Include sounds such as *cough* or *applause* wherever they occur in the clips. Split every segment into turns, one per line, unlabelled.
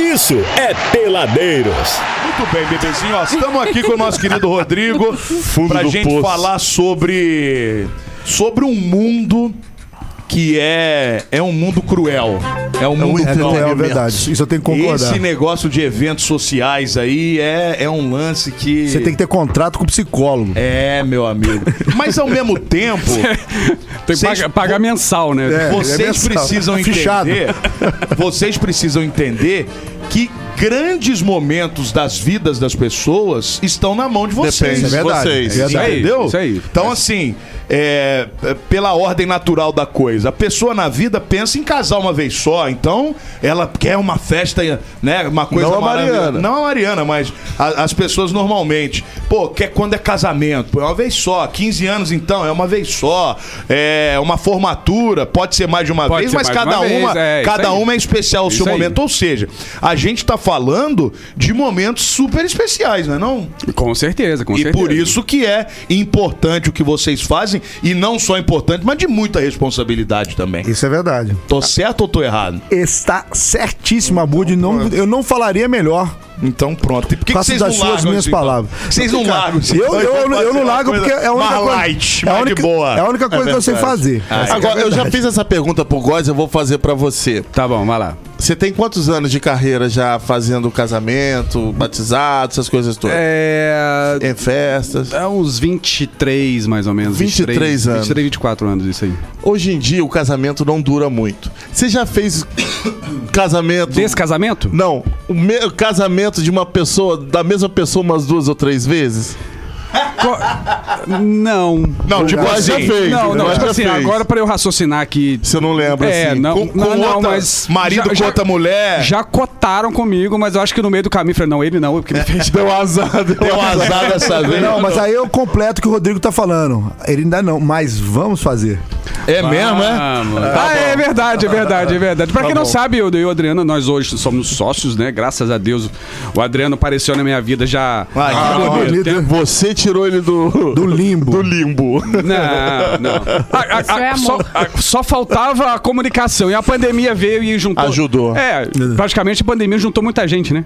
isso é Peladeiros.
Muito bem, bebezinho. Ó, estamos aqui com o nosso querido Rodrigo para
do
gente
poço.
falar sobre sobre um mundo que é é um mundo cruel. É um mundo
É,
cruel.
é verdade. Isso eu tenho que concordar.
Esse negócio de eventos sociais aí é, é um lance que.
Você tem que ter contrato com o psicólogo.
É, meu amigo. Mas ao mesmo tempo,
Tem que
Vocês-
pagar, pagar mensal, né?
É.
vocês
mensal.
precisam
Fichado.
entender. Vocês precisam entender que grandes momentos das vidas das pessoas estão na mão de vocês. é
Depende de vocês.
Isso aí,
Entendeu?
Isso aí.
Então, assim, é, é, pela ordem natural da coisa, a pessoa na vida pensa em casar uma vez só, então ela quer uma festa, né? Uma coisa
Não a
maravilhosa.
Mariana.
Não a Mariana, mas a- as pessoas normalmente. Pô, quer quando é casamento? Pô, é uma vez só. 15 anos, então, é uma vez só. É uma formatura, pode ser mais de uma
Pode
vez,
ser
mas
mais de
cada
uma vez,
uma,
é, isso
cada
aí.
uma é especial ao
Isso
seu
aí.
momento. Ou seja, a gente tá falando de momentos super especiais, não é não?
Com certeza, com
e
certeza.
por isso que é importante o que vocês fazem, e não só importante, mas de muita responsabilidade também.
Isso é verdade.
Tô certo ou tô errado?
Está certíssima, Bud. Não, eu não falaria melhor.
Então pronto. E por que, que
Faço
vocês
das
não
suas
largam
minhas
isso, então?
palavras.
Por que Vocês não
Cara,
largam isso,
Eu,
então?
eu, eu,
Pode ser
não
uma
largo
coisa
porque é a única
mais
coisa.
light,
é a
mais
única,
de boa. Ah,
É a única coisa que eu sei fazer.
É
Agora, eu já fiz essa pergunta pro Góis, eu vou fazer pra você.
Tá bom, vai lá.
Você tem quantos anos de carreira já fazendo casamento, batizado, essas coisas todas?
É.
Em festas.
É uns 23, mais ou menos.
23 anos.
23, 24 anos, isso aí.
Hoje em dia o casamento não dura muito. Você já fez *coughs* casamento?
Descasamento?
Não, o me- casamento de uma pessoa, da mesma pessoa umas duas ou três vezes?
Co- Não.
Não, tipo
Mas já
assim,
fez.
Não, não,
mas
tipo
já
assim,
fez.
agora pra eu raciocinar aqui.
Se eu não lembro,
É,
assim.
não,
com, com
não, não,
outra,
mas.
tá, marido
já-
com
já-
outra mulher,
Já cotaram comigo, mas eu acho que no meio do caminho eu falei, não, ele não, porque ele fez.
Deu azar, deu,
deu um azar dessa vez.
Não, mas aí eu completo o que o Rodrigo tá falando. Ele ainda não, mas vamos fazer.
É mesmo, é?
Ah, mano. Ah, é verdade, é verdade, é verdade. Pra quem não sabe, eu e o Adriano, nós hoje somos sócios, né? Graças a Deus. O Adriano apareceu na minha vida já.
Ah,
Ah,
bonito.
bonito, hein?
Você tirou ele do,
Do limbo.
do limbo.
Não, não. A- a- a-
Isso é amor.
Ah, só, a- só faltava a comunicação. E a pandemia veio e juntou.
Ajudou.
É, praticamente a pandemia juntou muita gente, né?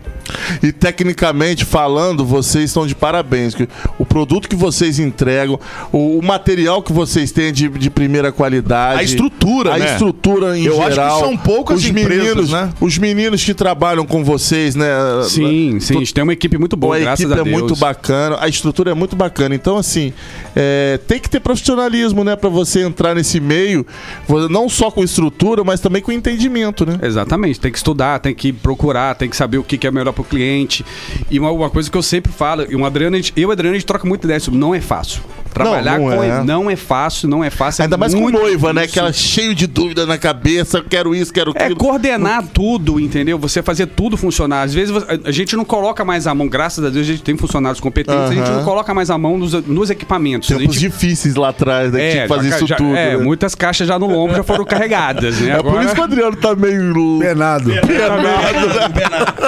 E tecnicamente falando, vocês estão de parabéns. que O produto que vocês entregam, o, o material que vocês têm de, de primeira qualidade.
A estrutura,
a
né?
estrutura em
Eu acho que
geral.
são poucas empresas,
meninos,
né?
Os meninos que trabalham com vocês, né?
Sim, sim. A gente tem uma equipe muito boa,
a
graças
equipe
a
é
Deus.
muito bacana, a estrutura é muito bacana. Então, assim, é, tem que ter profissionalismo, né? Pra você entrar nesse meio, vo- não só com estrutura, mas também com entendimento,
É,
né?
Exatamente, tem que estudar, tem que procurar, tem que saber o que que é melhor pro cliente. E uma, uma coisa que eu sempre falo, e um Adriano, a gente- eu e o Adriano, a gente troca muito ideia sobre não é fácil. Trabalhar
não
com
é.
ele não é fácil, não é fácil. é
Ainda mais com
muito
noiva, né? Que
difícil.
ela é cheio de dúvida na cabeça, eu quero isso, quero
É
aquilo.
coordenar tudo, entendeu? Você fazer tudo funcionar. Às vezes vo- a- a gente não coloca mais a mão, graças a Deus a gente tem funcionários competentes, a gente
Aham.
não coloca mais a mão nos, nos equipamentos. A
Tempos
gente- É,
difíceis lá atrás, né? Que tinha que fazer
já-
isso
já-
tudo.
é,
né?
muitas caixas já no lombo já foram carregadas, né?
É por isso que o Adriano tá meio.
Penado.
*laughs*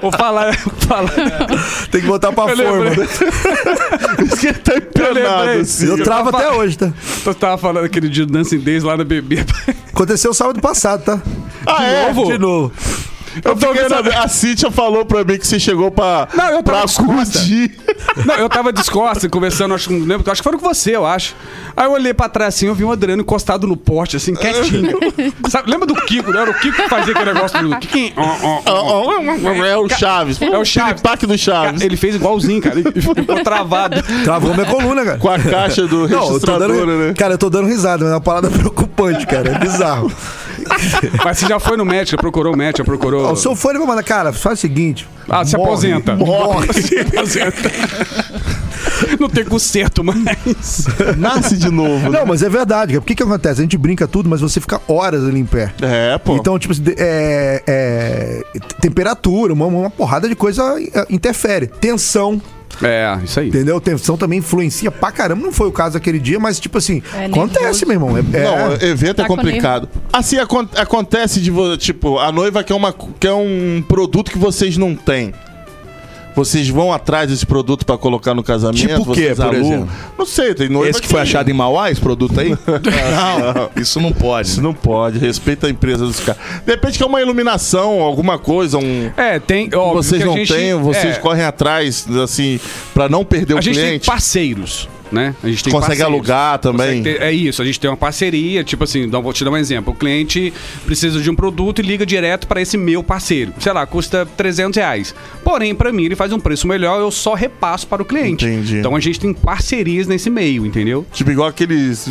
Vou falar, falar.
Tem que botar pra forma.
Isso que ele tá empenado,
lembrei.
assim.
Eu travo até hoje, tá?
Eu tava falando aquele dia do Dancing Days lá no bebê.
Aconteceu sábado passado, tá?
Ah, é?
novo?
De novo.
Eu tô sabendo. A Cintia falou pra mim que você chegou pra.
Não, eu
pra
tava descosta.
acudir.
Não, eu tava descosta, conversando, acho que não lembro, acho que foram com você, eu acho. Aí eu olhei pra trás assim, eu vi o Adriano encostado no poste,
*laughs*
assim, quietinho. Sabe, lembra do Kiko, né? Era o Kiko que fazia aquele negócio do Kiko. ó, ó, ó.
É o Chaves.
É o Chaves.
piripaque do Chaves.
Ele fez igualzinho,
*laughs*
cara. Ele ficou travado.
Travou minha coluna, cara.
Com a caixa
Não, eu
do
tô
registrador,
dando,
né?
Cara, eu tô dando risada, mas é uma parada *laughs* preocupante, cara. É bizarro.
Mas você já foi no médico, já procurou o médico, já procurou.
Ó, o seu fone vai mandar, cara, faz o seguinte.
Ah, se
morre,
aposenta.
Morre.
Se aposenta. *laughs* Não tem conserto mais.
Nasce
*laughs*
de novo. né?
Não, mas é verdade, cara. Por que que acontece? A gente brinca tudo, mas você fica horas ali em pé.
É, pô.
Então, tipo, de- é, é, t- temperatura, uma, uma porrada de coisa é, interfere. Tensão,
É, isso aí.
entendeu? Tensão também influencia pra caramba. Não foi o caso daquele dia, mas, tipo assim,
É
acontece,
nervoso.
meu irmão. É, é-
Não, evento
Tá
é
com
complicado. Assim, acon- acontece de, vo- tipo, a noiva quer, uma, quer um produto que vocês não têm. Vocês vão atrás desse produto pra colocar no casamento?
Tipo o quê,
Vocês
por
alugam?
exemplo?
Não sei, tem noiva
Esse que foi achado em Mauá, esse produto
*laughs*
aí? não, isso não pode.
Isso não pode, respeita a empresa dos caras. De repente que é uma iluminação, alguma coisa, um.
É, tem. Óbvio,
vocês
que a
não
gente-
têm, vocês
é,
correm atrás, assim, pra não perder
A
o
gente tem
cliente.
parceiros, né? A gente tem
Consegue
parceiros.
alugar também.
Consegue ter- é isso, a gente tem uma parceria, tipo assim, dá- vou te dar um exemplo. O cliente precisa de um produto e liga direto para esse meu parceiro. Sei lá, custa 300 reais. Porém, para mim, ele faz um preço melhor, eu só repasso para o cliente.
Entendi.
Então a gente tem parcerias nesse meio, entendeu?
Tipo, igual aqueles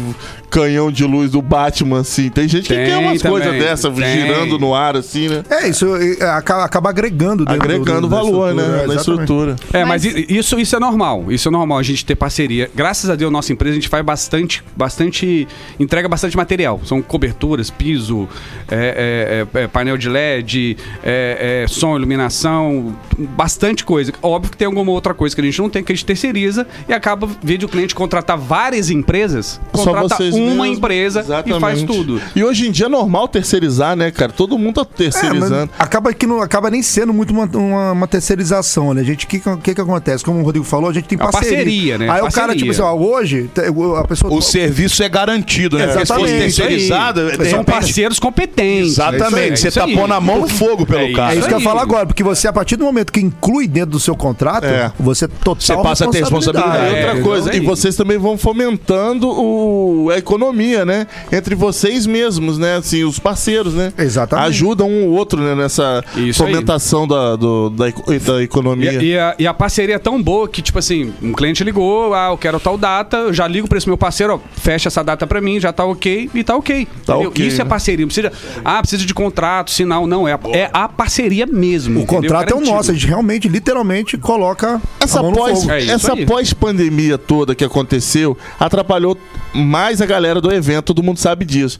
canhão de luz do Batman, assim. Tem gente que
Tem
quer umas
também,
coisas dessa
tem.
girando no ar, assim, né?
É, isso é, acaba, acaba agregando dentro
Agregando
do- da
valor,
estrutura,
né?
é,
Na
exatamente.
estrutura.
É, mas,
Mas-
i- isso, isso é normal. Isso é normal a gente ter parceria. Graças a Deus, nossa empresa, a gente faz bastante, bastante. entrega bastante material. São coberturas, piso, é, é, é, é, painel de LED, é, é, som, iluminação, bastante coisa. Óbvio que tem alguma outra coisa que a gente não tem, que a gente terceiriza e acaba vendo o cliente contratar várias empresas,
Só
contrata
vocês
uma
mesmos.
empresa e faz
Exatamente.
tudo.
E hoje em dia é normal terceirizar, né, cara? Todo mundo tá
É, mas
terceirizando.
acaba que não acaba nem sendo muito uma, uma, uma terceirização, né? A gente, o que, que que acontece? Como o Rodrigo falou, a gente tem
uma
parceria.
parceria, né?
Aí o
Parceria.
cara, tipo assim, ó, hoje te- o- a pessoa.
O serviço é garantido, né? Porque se fosse
Exatamente,
terceirizado, de
é um
São
repente-
parceiros competentes.
Exatamente, você
tá
tapou na mão no fogo pelo
É isso
cara. Então
é isso que eu
aí.
falo agora, porque você, a partir do momento que inclui dentro do seu contrato,
É.
você é total
Você passa a ter
Ah,
responsabilidade.
e
É,
outra
então
coisa,
é
e
isso.
vocês também vão fomentando o, a economia, né? Entre vocês mesmos, né? Assim, os parceiros, né?
Exatamente.
Ajudam um o outro né? nessa
Isso aí.
fomentação da, do- da, eco- da economia.
E, e a, e a parceria é tão boa que, tipo assim, um cliente ligou, ah, eu quero tal data, eu já ligo pra esse meu parceiro, ó, fecha essa data pra mim, já tá ok, e tá ok.
Tá
entendeu?
ok,
Isso é
né?
parceria, não precisa. Ah, precisa de contrato, sinal, não. É a, é a parceria mesmo.
O contrato é o nosso, a gente realmente, literalmente, coloca.
Essa
a mão no
pós,
fogo.
É isso
essa
aí.
pós-pandemia toda que aconteceu atrapalhou mais a galera do evento, todo mundo sabe disso.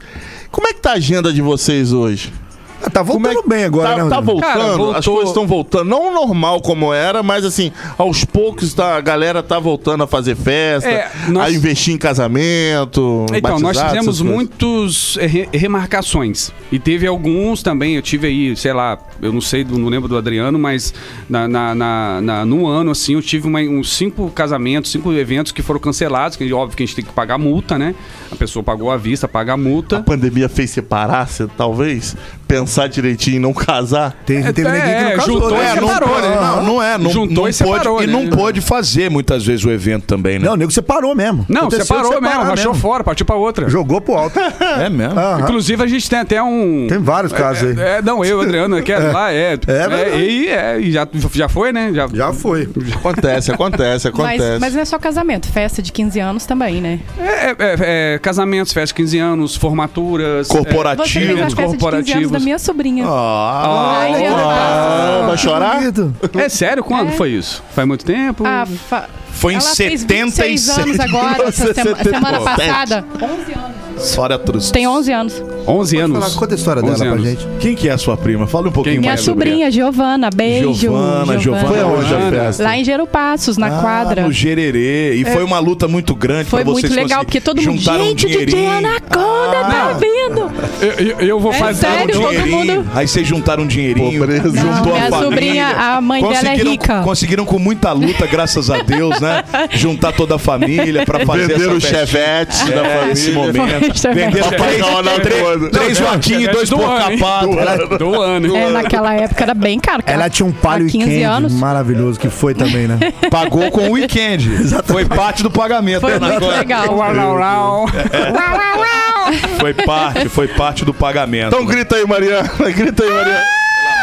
Como é que tá a agenda de vocês hoje?
Ah, Tá
Como é
voltando
que-
bem agora,
tá,
né?
Tá
Rodrigo?
voltando,
Cara,
as
voltou.
coisas estão voltando. Não normal como era, mas assim, aos poucos tá, a galera tá voltando a fazer festa,
É, nós-
a investir em casamento.
Então, nós
batizado,
fizemos
essas coisas.
muitos é, re- remarcações. E teve alguns também, eu tive aí, sei lá, eu não sei, não lembro do Adriano, mas na, na, na- na- no ano, assim, eu tive uma- uns cinco casamentos, cinco eventos que foram cancelados, que é óbvio que a gente tem que pagar multa, né? A pessoa pagou à vista, paga a multa.
A pandemia fez separar, se- talvez? Pensar direitinho e não casar?
Tem, teve
É,
ninguém que
é,
não casou.
juntou
né?
e
É, não,
separou, né?
não, não é, não,
Juntou
não
e separou,
pôde, e
né?
não pôde fazer muitas vezes o evento também, né?
Não, o nego separou mesmo.
Não,
Aconteceu de
separou mesmo,
separar
rachou fora, partiu pra outra.
Jogou pro alto.
é mesmo.
Aham.
Inclusive, a gente tem até um.
Tem vários casos aí.
É, não, eu, Adriano, que é, lá, é.
verdade.
é, e é, e já, já foi, né? Já,
Já foi.
Acontece, acontece, acontece.
Mas, mas não é só casamento, festa de 15 anos também, né?
É, é, é, é, casamentos, festas de 15 anos, formaturas.
Você
Corporativo.
fez a festa de 15 anos da
corporativos.
minha sobrinha.
Ah,
Ai, ela tá-
Ah, vai chorar?
Bonito.
É, é sério? Quando
É.
foi isso? Faz muito tempo?
Ah, fa-
foi em
ela fez 26
76. *laughs*
anos agora, essa sema-
77.
semana passada.
História trus.
Tem 11 anos.
11 anos.
Fala, conta a história dela
11
pra
anos.
gente.
Quem que é a sua prima? Fala um pouquinho
Minha
Minha
mais sobre
sobrinha, Giovana. Beijo.
Giovana, Giovana.
Foi aonde a
Ana.
é festa?
Lá em Gero Passos, na
ela.
quadra. É.
Ah, no Gererê. E foi uma luta muito grande
Foi
pra
muito
vocês.
legal,
assim,
porque todo mundo.
juntaram um
Gente, o DJ
dinheirinho. Ah.
Anaconda tá
Não.
vindo!
Eu, eu- eu vou
É
fazer.
sério?
Juntaram um
todo
dinheirinho,
mundo-
Aí vocês juntaram um dinheirinho.
Pobreza.
Não,
Juntou a
minha
família.
sobrinha, a mãe dela é
Conseguiram-
rica.
Conseguiram com muita luta, graças a Deus,
*laughs*
né? Juntar toda a família pra fazer
Vender
essa
o
festinha.
chevette da
É, esse
família.
momento.
Foi,
Vender
Pra pagar uma
três,
anaconda.
três vaquinhos e dois
Do ano, hein?
porcapatos.
Do ano.
É, naquela época era bem caro. cara.
Ela tinha um palio
Há
e
15 anos.
maravilhoso que foi também, né?
Pagou com o
*laughs*
weekend. Foi parte do pagamento.
Foi
né,
muito
Anaconda?
legal.
Uau, uau, uau.
É,
Foi parte, foi parte do pagamento.
Então grita aí, Mariana. *laughs* Grita aí, Mariana.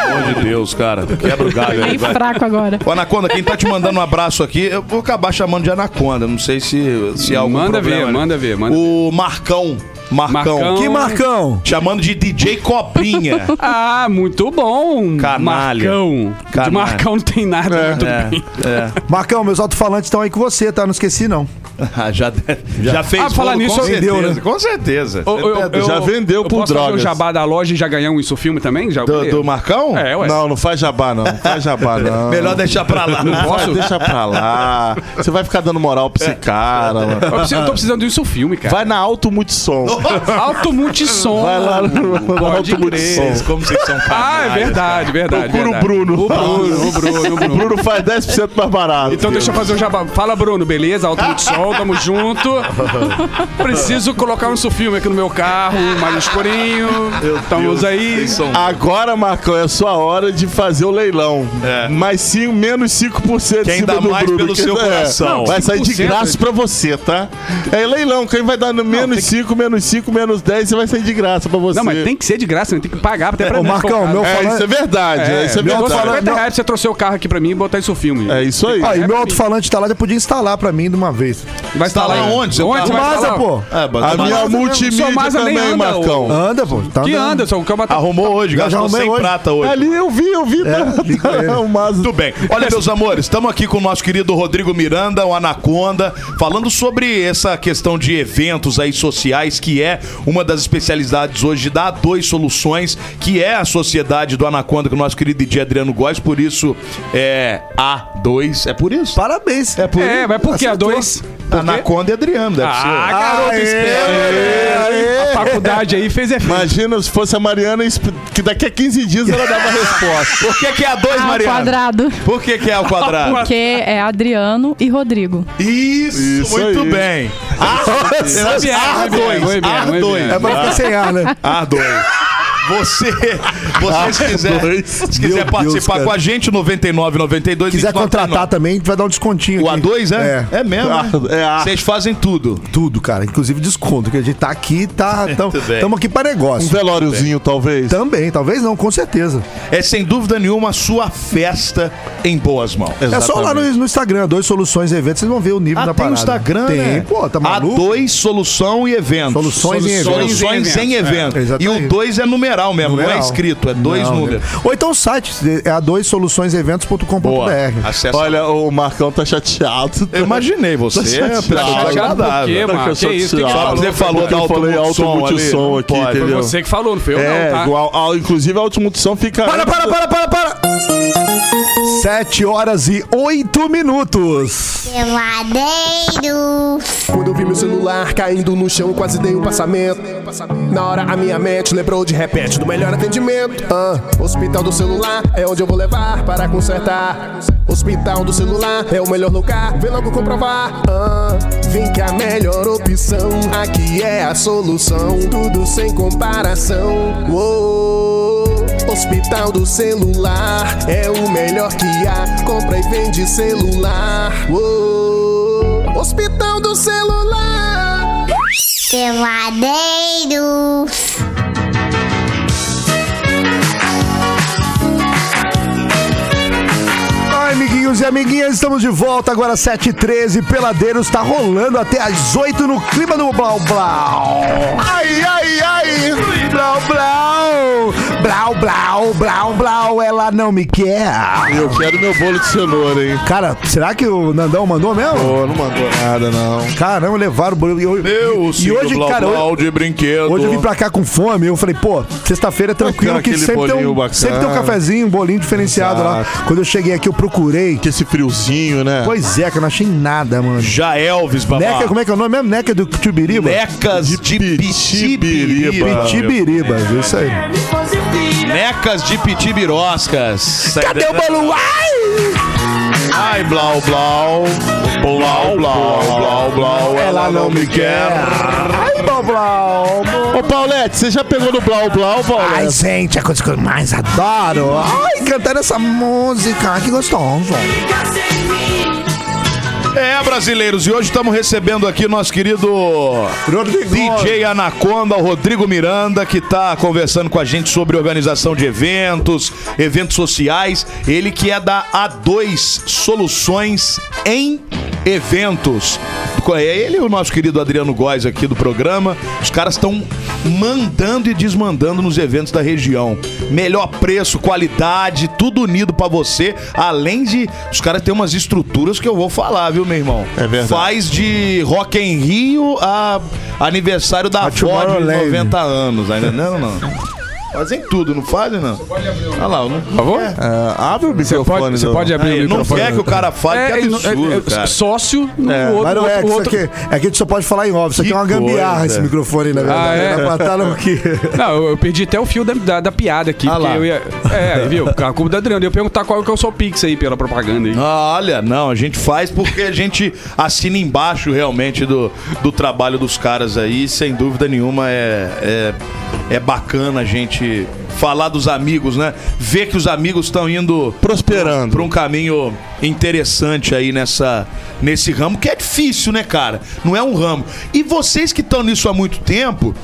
Pelo amor de Deus, cara. Quebra o galho aí, *laughs*
Bem
vai.
fraco agora.
Ô, Anaconda, quem tá te mandando um abraço aqui, eu vou acabar chamando de Anaconda. Não sei se, se há algum
Manda
problema.
ver,
né?
manda ver, manda
O Marcão. Marcão.
Marcão.
que Marcão!
Chamando de DJ
*laughs*
Cobrinha.
Ah, muito bom.
Canalha.
Marcão.
Canalha.
De Marcão não tem nada. muito
É,
bem.
é.
Marcão, meus alto-falantes estão aí com você, tá? Não esqueci, não.
Ah, já, já fez
Ah, falar
rolo,
nisso,
com
eu-
certeza,
Vendeu, né?
com certeza.
Eu- eu- eu-
Já vendeu
eu
por
posso fazer o
drogas.
jabá da loja e já ganhar um isso filme também? Já
Do, do Marcão?
É, ué.
Não, não faz jabá, não. Não faz jabá, não.
Melhor deixar pra lá.
Não
Vai,
posso?
deixa pra lá. Você vai ficar dando moral pra esse cara, mano.
Eu, preciso- eu tô precisando disso filme, cara.
Vai na alto multissom.
Alto multissom.
Vai lá no, no
Pode
alto
crer.
multissom.
Vocês, como vocês são
Ah, é
canalhas,
verdade, verdade.
Procura o
verdade.
Bruno.
O Bruno, o Bruno, o
O
Bruno.
Bruno faz 10% mais barato.
Então deixa eu fazer o jabá. Fala, Bruno, beleza? Alto Multissom, tamo junto. Preciso colocar um sufilme aqui no meu carro, mais um escurinho. Estamos aí.
Agora, Marcão, é sua hora de fazer o leilão.
É.
Mais cinco, menos 5%
Quem
em cima
dá
do
mais
Bruno.
pelo seu
dá-
coração.
Vai sair de
5%,
graça pra você, tá? É leilão. Quem vai dando menos 5, menos 5, menos 10, você vai sair de graça pra você.
Não, mas tem que ser de graça, né? tem que pagar até pra
Ô,
mim,
Marcão,
focado.
meu
É, isso é
falando.
verdade. É, isso é
Eu dou
verdade.
50 reais pra você trouxer o carro aqui pra mim e botar isso no filme.
É isso aí.
Aí,
é
meu
pra
alto-falante tá lá, já podia instalar pra mim de uma vez.
Vai
Tá lá
instalar
onde? Você tá
Onde?
lá?
Vai
Mas,
instalar?
pô.
É, bota
A
na
minha
lata.
multimídia
Só Maza nem
também,
anda,
Marcão.
Anda, pô. Tá
Que
andando.
Anderson, que é uma...
Arrumou hoje,
Já
gastou
arrumei
100
hoje.
prata hoje.
Ali eu vi, eu vi. tá-
vi com ele.
*laughs* o Maza.
Muito bem. Olha, meus amores, estamos aqui com o nosso querido Rodrigo Miranda, o Anaconda, falando sobre essa questão de eventos aí sociais, que é uma das especialidades hoje da A2 Soluções, que é a sociedade do Anaconda, que o nosso querido DJ Adriano Góes, por isso é A2. É por isso?
Parabéns. É,
É, mas por que a dois?
Anaconda e Adriano, deve
Ah,
ser.
garoto,
Aê,
espera. A
É.
faculdade aí fez efeito.
Imagina se fosse a Mariana, esp- que daqui a 15 dias ela dava a resposta.
Por que, que é A2,
Ao
Mariana?
Ah, quadrado.
Por que, que é ao quadrado?
Porque é Adriano e Rodrigo.
Isso,
Isso
muito
aí.
bem.
Foi bem, foi bem, foi
A2,
bem, foi bem.
A2.
pra ficar sem ar, né?
Ah,
Ardoi. Você, você se quiser,
dois.
se quiser
Meu Deus,
participar
cara.
com a gente, 99, 92,
Quiser
29,
contratar também, a gente vai dar um descontinho.
O
aqui.
A2, é?
É.
mesmo.
É A.
Vocês fazem tudo.
Tudo, cara. Inclusive desconto, que a gente tá aqui, tá.
Muito bem.
Estamos aqui para
Um
negócio.
velóriozinho, talvez.
Tá
Também, talvez não, com certeza.
É sem dúvida nenhuma a sua festa em boas mãos.
É só lá no,
Exatamente.
no Instagram, dois soluções e eventos, vocês vão ver o nível da
Ah, tem o
parada.
Instagram,
Tem,
né?
pô, tá maluco?
A2 Solução e Eventos.
Soluções em Eventos.
Soluções em
É,
Eventos. e o
exatamente.
2 é numeral mesmo, não é
Numeral.
escrito, é dois
Não,
números.
né? Ou então o site, é a2soluçõeseventos.com.br.
Acessa.
Olha, o Marcão tá chateado.
Eu imaginei você,
Tá chateado.
pessoa
Tá
chateado por
agradável.
quê, mano? Que isso? Tem que
Só
falar.
porque você falou da
Eu falei alto multissom
ali.
aqui,
Pode.
entendeu?
Você que falou, não foi eu
É,
não, tá?
igual, ao- inclusive a automultição fica.
Para, para, para, para, para! 7 horas e 8 minutos.
Peladeiros.
Quando eu vi meu celular caindo no chão, eu quase dei um passamento. Na hora a minha mente lembrou de repente do melhor atendimento. Ah, hospital do celular é onde eu vou levar para consertar. Hospital do celular é o melhor lugar, vem logo comprovar. Ah, vem que a melhor opção aqui é a solução. Tudo sem comparação. Uou. Hospital do celular é o melhor que há. Compra e vende celular. Uou. Hospital do celular.
Peladeiros.
Ai, amiguinhos e amiguinhas, estamos de volta agora 7 e 13 Peladeiros tá rolando até às 8 no clima do Blau Blau. Ai, ai, ai! Blau Blau! Blau Blau, Blau Blau, ela não me quer.
Eu quero meu bolo de cenoura, hein?
Cara, será que o Nandão mandou mesmo?
Pô, não mandou nada, não.
Caramba, levaram o bolo. E,
Meu,
e hoje, cara, hoje-
de brinquedo.
Hoje eu vim pra cá com fome, eu falei, pô, sexta-feira é tranquilo,
Bacana,
que
aquele
sempre tem,
bolinho
um,
bacana.
sempre tem um cafezinho, um bolinho diferenciado lá. Quando eu cheguei aqui, eu procurei.
Que esse friozinho, né?
Pois é, que eu não achei nada, mano.
Já Elvis, babá.
Neca, como é que é o nome mesmo? Neca do Tibiriba?
Necas de, Pitibiriba.
Pitibiriba, isso aí.
Necas de Pitibiroscas.
Cadê o bolo? Ai!
Ai, blau, blau. Blau, blau, blau, blau. Ela não me quer.
Ai, Blau Blau!
Ô, Paulette, você já pegou no Blau Blau,
né?
Ai,
Paulette?
gente, é a coisa que eu mais adoro. Ai, cantando essa música, Ah, que gostoso.
É, brasileiros, e hoje estamos recebendo aqui nosso querido DJ Anaconda, o Rodrigo Miranda, que está conversando com a gente sobre organização de eventos, eventos sociais. Ele que é da A2 Soluções em eventos. É ele e o nosso querido Adriano Góes aqui do programa. Os caras estão mandando e desmandando nos eventos da região. Melhor preço, qualidade, tudo unido pra você. Além de os caras têm umas estruturas que eu vou falar, viu, meu irmão?
É verdade.
Faz de Rock em Rio a aniversário da
A
Ford de
Tomorrowland.
90 anos. Ainda não, não. Fazem tudo, não fazem, não? Olha lá, eu não
Por favor?
Ah, abre o
Você
microfone.
pode, você
do-
pode abrir
Aí,
o
não
microfone.
quer que o cara fale,
É,
que
ele não-
absurdo,
é, é,
cara.
Sócio no outro.
Mas não é, que
outro-
isso
outro-
aqui, é que a gente só pode falar em off. Isso aqui
Que
é uma gambiarra,
coisa.
esse microfone, na verdade.
Ah, é?
Dá pra tá no que-
Não, eu, eu perdi até o fio da, da, da piada aqui.
Ah
porque
lá.
eu ia. É,
*laughs*
viu? A culpa do Adriano. Eu ia perguntar qual que é o seu Pix aí pela propaganda aí.
Ah, Olha, não, a gente faz porque a gente assina embaixo realmente do, do trabalho dos caras aí. Sem dúvida nenhuma é, é, é bacana a gente falar dos amigos, né? Ver que os amigos estão indo
Prosperando.
por um caminho interessante aí nessa, nesse ramo, que é difícil, né, cara? Não é um ramo. E vocês que estão nisso há muito tempo.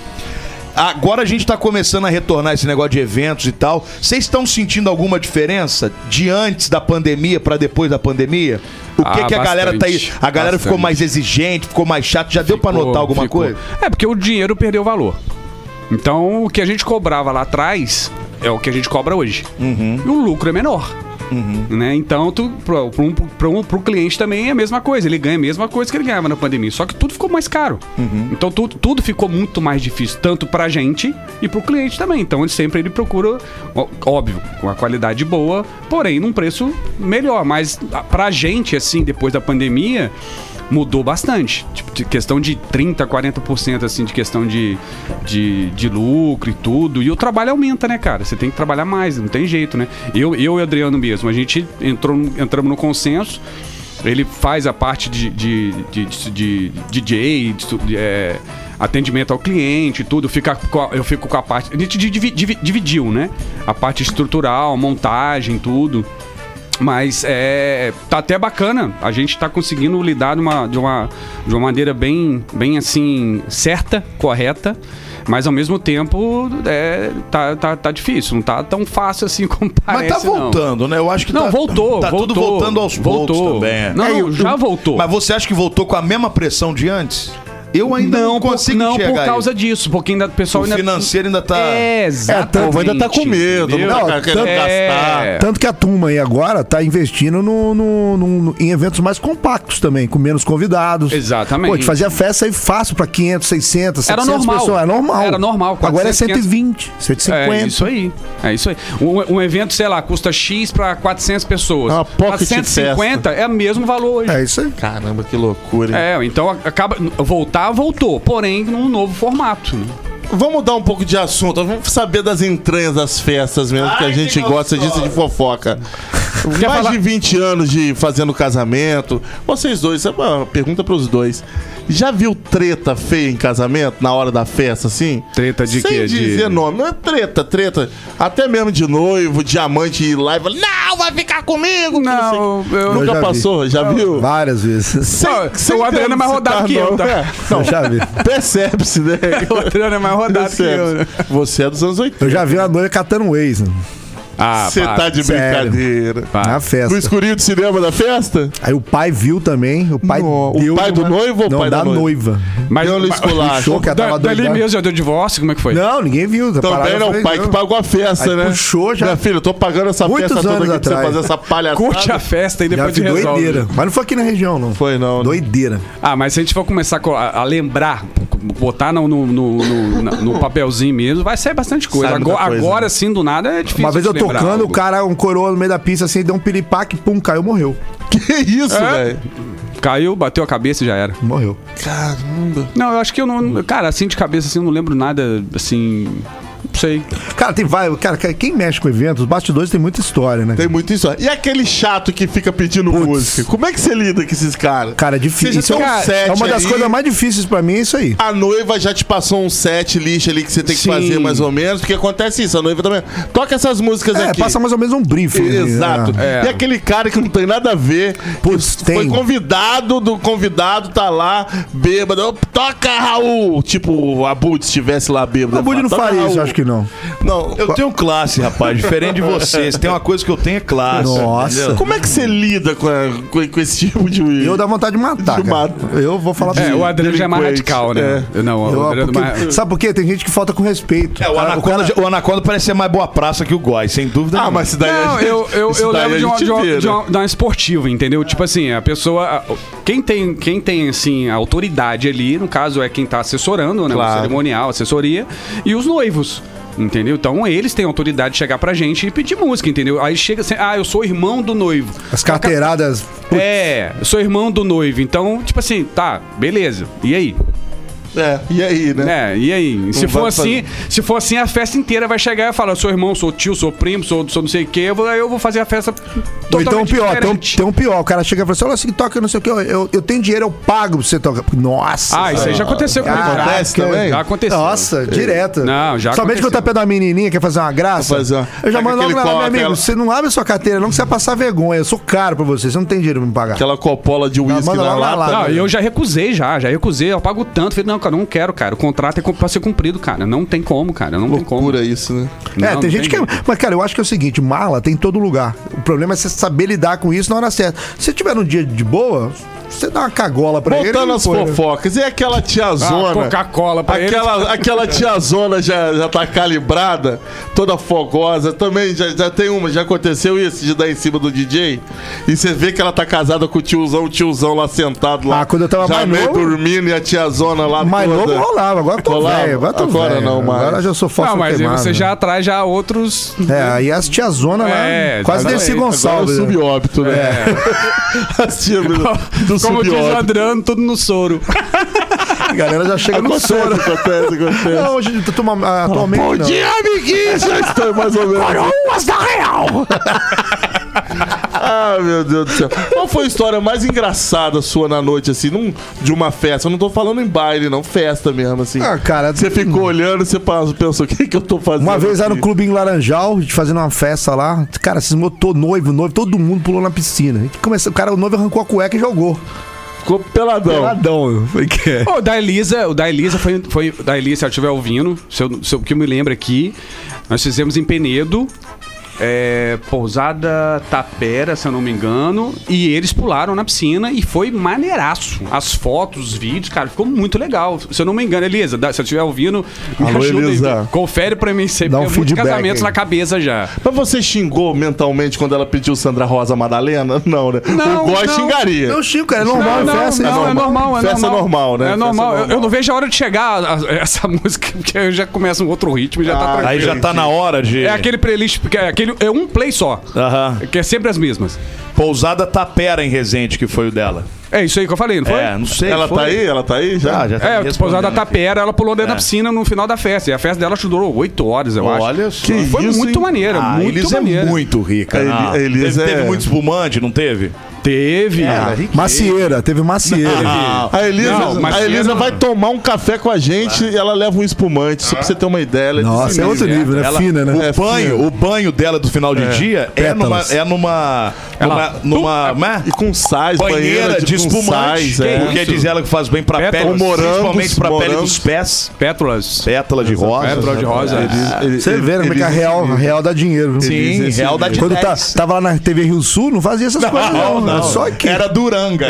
Agora a gente tá começando a retornar esse negócio de eventos e tal. Vocês estão sentindo alguma diferença de antes da pandemia pra depois da pandemia? O que,
Ah,
que a galera tá aí?
bastante,
A galera ficou
bastante.
mais exigente, ficou mais chato, já deu pra
Ficou-
notar alguma
ficou.
coisa?
É, porque o dinheiro perdeu valor. Então, o que a gente cobrava lá atrás é o que a gente cobra hoje.
Uhum.
E o lucro é menor. Né? Então, tu, pro, pro, um- pro, um- pro cliente também é a mesma coisa. Ele ganha a mesma coisa que ele ganhava na pandemia. Só que tudo ficou mais caro.
Uhum.
Então, tudo, tudo ficou muito mais difícil, tanto pra gente e pro cliente também. Então, ele sempre ele procura, ó- óbvio, com a qualidade boa, porém num preço melhor. Mas a- pra gente, assim, depois da pandemia, mudou bastante. Tipo, de questão de 30%, 40% assim, de questão de, de, de lucro e tudo. E o trabalho aumenta, né, cara? Você tem que trabalhar mais, não tem jeito, né? Eu, eu e o Adriano mesmo, a gente entrou, no- entramos no consenso. Ele faz a parte de, de, de, de, de DJ, de, su- de, é, atendimento ao cliente e tudo. Fica com a- eu fico com a parte. A gente divi- divi- dividiu, né? A parte estrutural, montagem, tudo. Mas é. Tá até bacana. A gente tá conseguindo lidar de uma, de uma, de uma maneira bem, bem assim, certa, correta. Mas ao mesmo tempo, é, tá, tá, tá difícil. Não tá tão fácil assim *laughs* como
Mas
parece.
tá
não.
voltando, né? Eu acho que
Não,
tá,
voltou.
tá
voltou,
tudo voltando aos
voltou.
poucos também. é.
Não,
É,
não,
e-
já voltou.
Mas você acha que voltou com a mesma pressão de antes? Eu ainda não,
por-
consigo
não por
enxergar
causa
isso.
disso, porque ainda o pessoal
O
ainda.
financeiro ainda tá-
É, exatamente.
O povo ainda tá com medo,
entendeu?
não tá
Não,
querendo
tanto-
gastar.
É.
Tanto que a turma aí agora tá investindo no, no- no- no- em eventos mais compactos também, com menos convidados.
Exatamente.
Pô, a gente fazia festa aí fácil pra 500, 600, 700
Era normal.
pessoas. Era normal.
Era normal,
Agora é
400,
120, 150.
É isso aí. É isso aí. Um, um evento, sei lá, custa X pra 400 pessoas.
É uma pocket
450 é o mesmo valor hoje.
É isso aí.
Caramba, que loucura. hein?
É, então acaba. Voltar, voltou. Porém, num novo formato. né?
Vamos mudar um pouco de assunto. Vamos saber das entranhas das festas mesmo, que a gente gosta disso de fofoca. Mais de 20 anos de fazendo casamento. Vocês dois, é uma pergunta pros dois. Já viu treta feia em casamento, na hora da festa, assim?
Treta de
Sem
quê? De-
dizer nome. Não é treta, treta. Até mesmo de noivo, diamante ir lá e falar, não, vai ficar comigo. que sei o
Não,
quê."
eu-
Nunca
já vi.
passou? Já viu?
Várias vezes.
Sem-
Não,
sem
o Adriano é mais
citar
rodado que eu,
nome.
tá?
É,
Então, Eu já vi.
Percebe-se,
*laughs*
né?
O Adriano é mais rodado que eu, né?
Você é dos anos 80.
Eu já vi uma noiva catando um ex, né?
Ah,
Você
pá,
tá de
sério.
brincadeira.
na
No
festa.
escurinho de cinema da festa?
Aí o pai viu também. O pai,
No- o
deu
pai do noivo ou o
não,
pai da Ah,
da noiva?
Mas
Deu-lhe
mas-
esculacho.
Puxou, que ela tava
da, dali
doidona.
mesmo já deu divórcio? Como é que foi?
Não, ninguém viu. a parada
Também não,
foi-
Então, o pai que pagou a festa,
Aí
né?
puxou, já-
Minha filha, eu tô pagando essa
Muitos
festa toda
anos
aqui pra você
atrás.
fazer essa palhaçada.
Curte a festa e
Já
depois
vi
de resolve.
doideira. Mas não foi aqui na região, não.
Foi não, né?
Doideira.
Ah, mas se a gente for começar co- a, a lembrar, botar no, no, no- no- na- no papelzinho mesmo, vai sair bastante coisa.
Sai muita
Agora,
coisa,
agora
né?
sim, do nada, é difícil.
Uma vez
de
eu
lembrar
tocando,
algo.
o cara, um coroa no meio da pista, assim, deu um piripaque, pum, caiu, morreu.
*laughs* Que isso,
É?
velho?
Caiu, bateu a cabeça e já era.
Morreu.
Caramba.
Não, eu acho que eu não. Cara, assim de cabeça, assim, eu não lembro nada, assim. Não sei.
Cara, tem vai, cara, cara, quem mexe com eventos, os bastidores tem muita história, né?
Tem muito isso. ó. E aquele chato que fica pedindo
Putz.
música? Como é que você lida com esses caras?
Cara, é
Você já
difícil. Isso
tem um
é,
set
é uma das
aí.
coisas mais difíceis pra mim, é isso aí.
A noiva já te passou um set lixo ali que você tem que
Sim.
fazer mais ou menos, porque acontece isso, a noiva também. Toca essas músicas
É,
aqui.
passa mais ou menos um briefing. né?
Exato.
É.
E aquele cara que não tem nada a ver,
Putz,
que foi
tem.
convidado do convidado, tá lá, bêbado. Ô, Toca, Raul! Tipo, o Abud estivesse lá bêbado.
O Abud não
Toca,
faria isso,
Raul.
acho que que não.
Não,
Eu tenho classe, rapaz, diferente de vocês. Tem uma coisa que eu tenho é classe.
Nossa.
como é que você lida com, a- com- com esse tipo de.
Eu dá vontade de matar.
Eu
cara.
mato.
Eu vou falar pra
É,
você.
o Adriano já é mais
Delinquente,
radical, né? Eu Não,
Eu-
o Adriano é
porque-
mais.
Sabe por quê? Tem gente que falta com respeito.
É, o,
cara-
anaconda, já- o Anaconda parece ser mais boa praça que o Gói, sem dúvida.
Ah,
nenhuma.
mas isso daí a
Não,
gente-
eu, eu,
isso
eu
daí
levo
a
de uma,
gente
de, uma,
vê,
de,
né?
uma, de uma esportiva, entendeu? Tipo assim, a pessoa. a- Quem tem, quem tem assim, a autoridade ali, no caso, é quem tá assessorando, né? O cerimonial, assessoria, e os noivos. Entendeu? Então eles têm autoridade de chegar pra gente e pedir música, entendeu? Aí chega assim, ah, eu sou irmão do noivo.
As carteiradas.
É, eu sou irmão do noivo. Então, tipo assim, tá, beleza. E aí?
É, e aí, né?
É, e aí? Se for
vai
assim, se for assim, a festa inteira vai chegar e falar: sou irmão, sou tio, sou primo, sou, sou não sei o quê, eu vou, aí eu vou fazer a festa.
Ou então
totalmente
pior, tem um,
diferente.
tem um pior. O cara chega e fala assim: olha assim, toca, não sei o que, eu, eu, eu tenho dinheiro, eu pago pra você tocar. Nossa.
Ah, isso aí já aconteceu comigo.
Caraca.
Acontece também?
Já aconteceu.
Nossa, direto.
Não, já
Somente
aconteceu.
quando tá perto da menininha, quer fazer uma graça.
Fazer uma-
Eu já
Pega
mando logo
aquele
lá, meu
copo,
amigo.
ela-
Você não abre sua carteira, não, que você vai passar vergonha. Eu sou caro pra você, você não tem dinheiro pra me pagar.
Aquela copola de uísque
manda lá
na
na
lata. né?
lata.
Não, eu já recusei, já, já recusei, eu pago tanto. Falei, não, cara, não quero, cara. O contrato é com- pra ser cumprido, cara. Não tem como, cara. Não tem como.
Loucura isso, né?
Não,
é,
não
tem gente que.
jeito.
Mas, cara, eu acho que é o seguinte: mala tem em todo lugar. O problema é você saber lidar com isso na hora certa. Se tiver um dia de boa, você dá uma cagola pra ele.
Voltando
ele
às
põe, né?
fofocas. E aquela tiazona?
Ah, Coca-Cola pra
aquela, Aquela tiazona já, já tá calibrada, toda fogosa. Também já, já tem uma, já aconteceu isso de dar em cima do DJ. E você vê que ela tá casada com o tiozão, o tiozão lá sentado lá.
Ah, quando eu tava
já
mais
meio
novo-
dormindo e a tiazona lá
Mas
toda.
novo rolava, agora eu tô
Rolava?
velho. Agora, eu tô
Agora
velho.
não mais.
Agora já sou fósforo
Não, mas aí
queimado,
você
né?
já traz já outros.
É, aí as tiazona lá,
É,
quase
exatamente.
Dercy
Agora é o
Gonçalves. né?
subóbito, né?
É.
*laughs* As tia do, do
Como diz o
subóbito.
Adriano, tudo no soro.
né? A galera já chega no
Acontece,
soro.
acontece, acontece.
Não, hoje tu toma ah, atualmente não.
amiguinho! Já estou mais ou menos. Coroas da Real! *laughs* ah, meu Deus do céu. Qual foi a história mais engraçada sua na noite, assim, num- de uma festa? Eu não tô falando em baile, não, festa mesmo, assim.
Ah, cara,
Você
hum.
ficou olhando, você pa- pensou, o que, que eu tô fazendo?
Uma vez lá no
aqui?"
clube em Laranjal, a gente fazendo uma festa lá. Cara, cismou tô noivo, noivo, todo mundo pulou na piscina. A gente começou, o cara, o noivo arrancou a cueca e jogou.
Ficou peladão.
Peladão, eu falei que é.
Ô, o da Elisa, o da Elisa foi, foi o da Elisa, se ela estiver ouvindo, se eu, se eu- que eu me lembro aqui, nós fizemos em Penedo, é, pousada Tapera, se eu não me engano, e eles pularam na piscina e foi maneiraço. As fotos, os vídeos, cara, ficou muito legal. Se eu não me engano, Elisa, dá- se eu estiver ouvindo, me
Alô,
ajuda aí,
Elisa.
viu? confere pra mim sempre.
Dá um
tem muitos
feedback
casamentos
aí.
na cabeça já.
Mas você xingou mentalmente quando ela pediu Sandra Rosa Madalena? *laughs* Não, né?
Não,
o Gói
não.
xingaria.
Não, Chico, cara, é normal,
não,
é festa.
não,
isso.
é normal, é
Festa normal, né?
É
Festa
normal. Eu- Eu,
normal.
não vejo a hora de chegar a- a- essa *laughs* música, porque eu já começa um outro ritmo, já tá tranquilo.
Aí já tá na hora de.
É aquele playlist, que é, aquele, é um play só.
Aham.
Que é sempre as mesmas.
Pousada Tapera em Resende, que foi o dela.
É isso aí que eu falei, não foi?
É, não sei.
Ela
foi.
tá aí? Ela tá aí já?
Ah, já tá
É,
me
a pousada
respondendo aqui.
Tapera, ela pulou dentro da
É.
piscina no final da festa. E a festa dela durou oito horas, eu acho.
Olha só.
Que foi
isso,
muito
hein?
maneira,
Ah,
muito
Elis
maneira.
é muito rica.
A Eli-
Ah,
a Elis
teve, teve
é-
muito espumante, não teve?
Teve.
É.
né,
Ah, Macieira, teve Macieira. Ah,
A Elisa,
Não, mas
a Elisa
era-
vai tomar um café com a gente e ela leva um espumante, só pra você ter uma ideia. Ela desse
Nossa, é
nível.
outro nível, né?
Ela-
Fina,
O
né?
É,
banho,
fina.
o banho dela do final de dia é numa,
Pétalas.
é numa,
Ela-
numa, numa, né?
E com sais,
banheira, de
com
espumante,
sais, é.
porque diz ela que faz bem pra
Pétalas.
pele,
Morangos,
principalmente pra pele
morangos.
dos pés,
Pétalas. Tá
pétala é de rosa.
Pétala de rosa.
Você vê, né? Como é que a real, a real dá dinheiro, viu?
Sim,
Elis é
real da de
Quando tá-
10.
tava lá na TV Rio Sul, não fazia essas coisas, não.
Não,
Era Só que.
Era Duranga.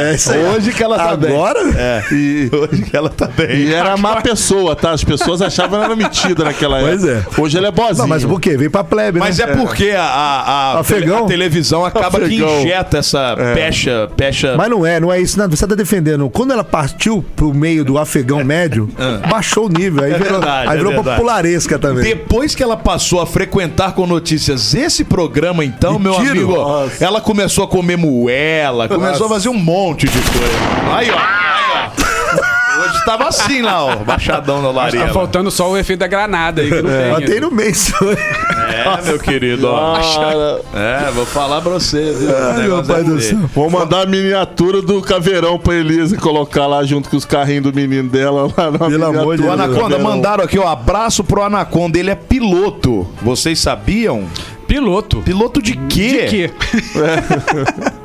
Hoje que ela tá bem.
Agora?
É.
E,
Hoje que ela tá bem.
e era má pessoa, tá? As pessoas achavam ela era metida naquela época.
Pois é.
Hoje ela é boazinha.
Não, mas por quê? Veio pra plebe,
Mas
né?
é porque a, a, a,
Tá Afegão? Tá É.
tele- a televisão acaba
Afegão.
que injeta essa pecha, pecha.
Mas não é, não é isso. Nada. Você tá defendendo. Quando ela partiu pro meio do afegão
*laughs*
médio, baixou o nível. Aí
Ah. É
virou,
verdade,
aí
é
virou
verdade.
popularesca também.
Depois que ela passou a frequentar com notícias esse programa, então, meu
Mentira.
amigo,
Nossa.
ela começou a comer moela, começou a fazer um monte de coisa. Aí, ó. Aí,
*laughs*
ó. Hoje tava assim lá, ó, baixadão na
Tá
lareira.
faltando só o efeito da granada aí, que não
um
tem. né?
Mas tem no meio *laughs* isso.
É, meu querido, ó.
Cara,
É, vou falar pra você. viu? O
Ai, meu
negócio
pai
é
do
feio.
céu.
Vou mandar a miniatura do caveirão pra Elisa colocar lá junto com os carrinhos do menino dela. Lá na
Pelo amor de
miniatura
O
Deus.
do
Anaconda,
caveirão.
mandaram aqui, ó, abraço pro Anaconda, ele é piloto. Vocês sabiam?
Piloto.
Piloto de quê?
De quê?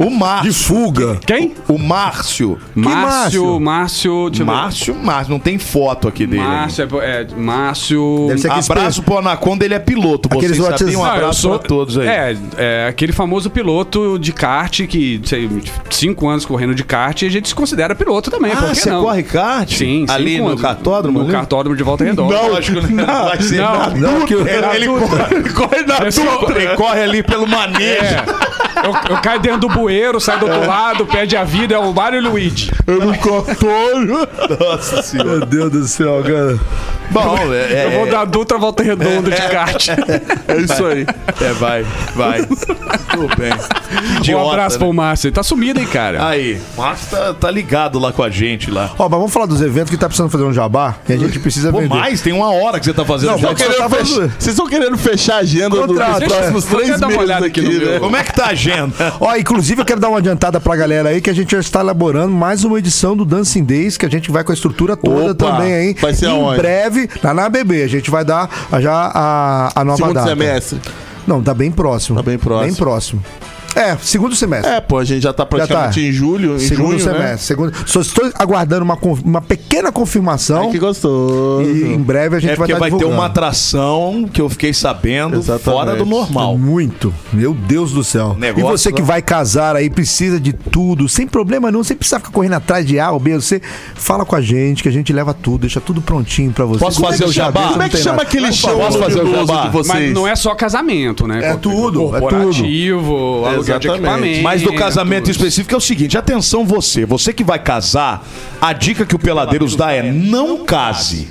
O Márcio.
De fuga.
Quem?
O Márcio.
Márcio, Márcio, deixa eu ver.
Márcio, Márcio, não tem foto aqui dele.
Márcio, é, é, Márcio.
Deve ser aqueles
abraço pro Anaconda, ele é piloto.
Aqueles
Vocês sabiam? Um
Ah, eu
abraço
sou-
pra todos aí.
É, é, aquele famoso piloto de kart que, sei, cinco anos correndo de kart, e a gente se considera piloto também, por que
Ah, você
não?
corre kart?
Sim,
Ali
cinco
no
anos.
cartódromo?
No
ali?
cartódromo de Volta Redonda.
lógico, né? não, vai ser
não,
nada.
não, que eu-
ele, ele
na
corre, ele corre na
Esse
Dutra, ele corre ali pelo manejo.
É. Eu, eu caio dentro do bueiro, saio do
É.
outro lado, perde a vida, é o Mário Luigi.
Eu não contorno. Nossa senhora.
Meu Deus do céu, cara.
Bom, é, é,
Eu vou dar Dutra Volta Redonda de kart.
é isso aí. É, vai, vai. Tudo bem. Que
um abraço
né?
pro Márcio. Ele tá sumido, hein, cara?
Aí, o Márcio tá, tá ligado lá com a gente lá.
Ó, mas vamos falar dos eventos que tá precisando fazer um jabá e a gente precisa
Pô,
vender.
mais, tem uma hora que você tá fazendo.
Não,
já.
mas-
Querendo
Eu tava
fech-
zoando.
Vocês estão querendo fechar a agenda do-
Contrato,
dos próximos
é.
três
Vou dar uma
meses
olhada
aqui,
aqui no meu.
né?
Como é que tá a agenda?
Ó, inclusive eu quero dar uma adiantada pra galera aí que a gente já está elaborando mais uma edição do Dancing Days, que a gente vai com a estrutura toda
Opa,
também aí.
vai ser
em
aonde?
breve, lá na ABB. A gente vai dar já a, a nova
Segundo
data.
semestre.
Não, tá bem próximo.
Tá bem próximo.
Bem próximo. É, segundo semestre.
É, pô, a gente já tá praticamente
tá.
em julho, em
segundo
junho,
semestre.
né?
Segundo... Só estou aguardando uma, conf- uma pequena confirmação.
Ai, que gostoso.
E em breve a gente
É
vai
porque
estar
vai ter
divulgando.
uma atração que eu fiquei sabendo
Exatamente.
fora do normal.
Muito. Meu Deus do céu.
Negócio,
e você que
né?
vai casar aí, precisa de tudo, sem problema não, sem precisar ficar correndo atrás de A ou B ou C. Fala com a gente, que a gente leva tudo, deixa tudo prontinho pra você.
Posso
Como é
fazer
que
o
chama?
jabá?
Não
Como é que
tem
chama
nada.
aquele show
posso fazer o
maravilhoso
jabá?
de vocês?
Mas não é só casamento, né?
É
Cor-
tudo, é
Corporativo, aluguel de
Exatamente.
equipamento.
Mas do casamento
tudo.
específico é o seguinte: atenção, você. Você que vai casar, a dica que o Peladeiros dá é não case.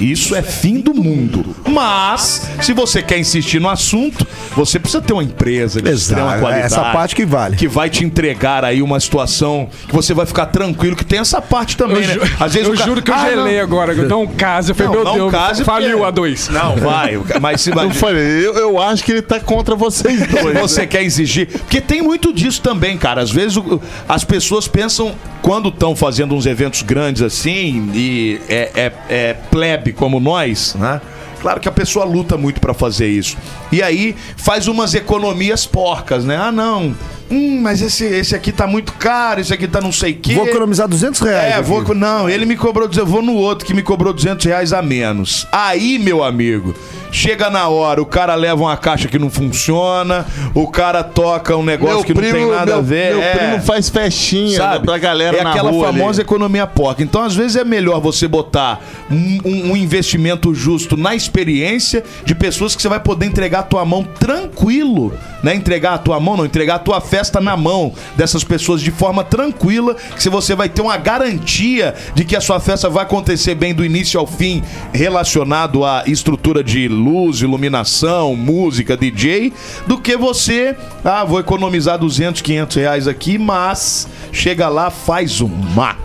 Isso é fim do mundo. Mas, se você quer insistir no assunto, você precisa ter uma empresa de
Exato,
extrema
é
qualidade.
essa parte que vale.
Que vai te entregar aí uma situação que você vai ficar tranquilo, que tem essa parte também,
Eu,
né?
ju-
Às vezes
eu
o ca-
juro que eu
Ah,
gelei
não.
agora. Então, casa, eu falei,
Não,
meu
não
Deus,
case
faliu
porque-
a dois.
Não, vai. Mas se vai.
Eu falei, eu, eu acho que ele tá contra vocês
Se *laughs*
dois.
é.
né?
você quer exigir. Porque tem muito disso também, cara. Às vezes o- as pessoas pensam, quando estão fazendo uns eventos grandes assim, e é, é- é plebe como nós, né? Claro que a pessoa luta muito pra fazer isso. E aí faz umas economias porcas, né? Ah, não. Hum, mas esse, esse aqui tá muito caro, esse aqui tá não sei o quê.
Vou economizar 200 reais.
É,
aqui.
vou. Não, ele me cobrou. 200, Eu vou no outro que me cobrou 200 reais a menos. Aí, meu amigo, chega na hora, o cara leva uma caixa que não funciona, o cara toca um negócio que não tem nada
meu,
a ver.
meu
é,
primo faz festinha
sabe?
pra galera
é
na
aquela
rua ali.
famosa economia porca. Então, às vezes, é melhor você botar um, um- um investimento justo na experiência de pessoas que você vai poder entregar a tua mão tranquilo, né? Entregar a tua mão, não, entregar a tua festa na mão dessas pessoas de forma tranquila, que se você vai ter uma garantia de que a sua festa vai acontecer bem do início ao fim, relacionado à estrutura de luz, iluminação, música, DJ, do que você, ah, vou economizar 200, 500 reais aqui, mas chega lá, faz um uma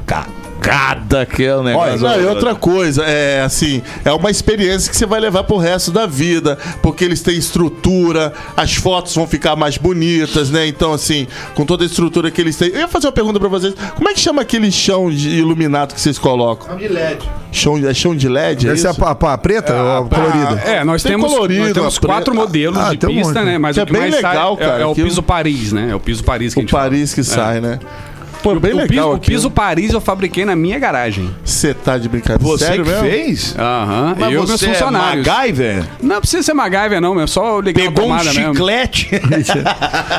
cagada que é o
Olha,
negócio.
não, e outra coisa, é assim, é uma experiência que você vai levar pro resto da vida, porque eles têm estrutura, as fotos vão ficar mais bonitas, né? Então, assim, com toda a estrutura que eles têm. Eu ia fazer uma pergunta pra vocês: como é que chama aquele chão de iluminado que vocês colocam? Chão de LED. Chão, é chão de LED? É
Essa é a
isso?
pa- a, pa- a preta ou a colorida?
É, nós
Tem
temos,
colorido,
nós temos
a preta.
quatro modelos
Ah,
de
tem um
pista,
monte.
né? Mas
Que é
o que
bem
mais
legal,
sai é-
cara,
é, o
que
piso
eu-
Paris, né? É o piso Paris que a
O
gente É. fala.
Paris que sai, né? Pô, bem
o piso,
legal
o
aqui.
piso Paris eu fabriquei na minha garagem.
Você tá de brincadeira.
Você
Sério
que
mesmo?
fez?
Aham.
Mas
eu e meus
você é
funcionários.
MacGyver?
Não precisa ser MacGyver, não, meu. é Só eu ligar
Pegou
a
um
tomada mesmo.
chiclete?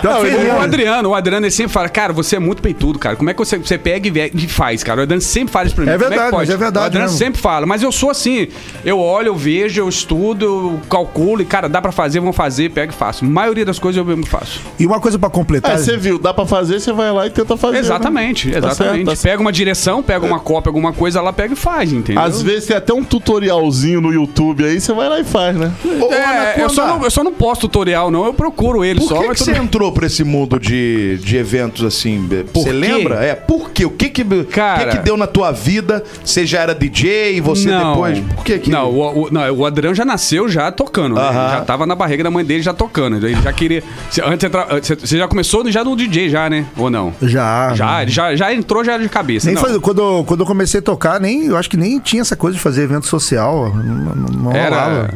Não,
O Adriano, o Adriano ele sempre fala, cara, você é muito peitudo, cara. Como é que você, você pega e ve- e faz, cara? O Adriano sempre fala isso pra mim.
É
Como que
verdade,
pode?
mas é verdade
O Adriano
mesmo.
sempre fala, mas eu sou assim. Eu olho, eu vejo, eu estudo, eu calculo e, cara, dá pra fazer, vamos fazer, pego e faço. A maioria das coisas eu mesmo faço.
E uma coisa pra
Ah,
completar.
você viu, dá pra fazer, você vai lá e tenta fazer.
Tá.
né?
Exatamente,
Tá
exatamente.
certo, tá certo.
Pega uma direção, pega uma cópia, alguma coisa lá, pega e faz, entendeu?
Às vezes tem até um tutorialzinho no YouTube aí, você vai lá e faz, né?
*laughs* É, eu, só não, eu só não posto tutorial, não. Eu procuro ele
Por
só.
que,
mas
que
tudo
você entrou pra esse mundo de, de eventos assim? Você
quê?
lembra? É, por quê? O que que, o
Cara-
que que deu na tua vida? Você já era DJ e você depois. Por que que.
Não, o, o, não, o Adriano já nasceu já tocando, né?
Aham.
Já tava na barriga da mãe dele já tocando. Ele já queria. Você- Antes de entrar- antes- você já começou já no DJ, já, né? Ou não?
Já. né?
Já, ele já, já entrou já de cabeça.
Nem
não.
faz- quando, eu- quando eu comecei a tocar, nem, eu acho que nem tinha essa coisa de fazer evento social. Não, não- não
Era.
rolava.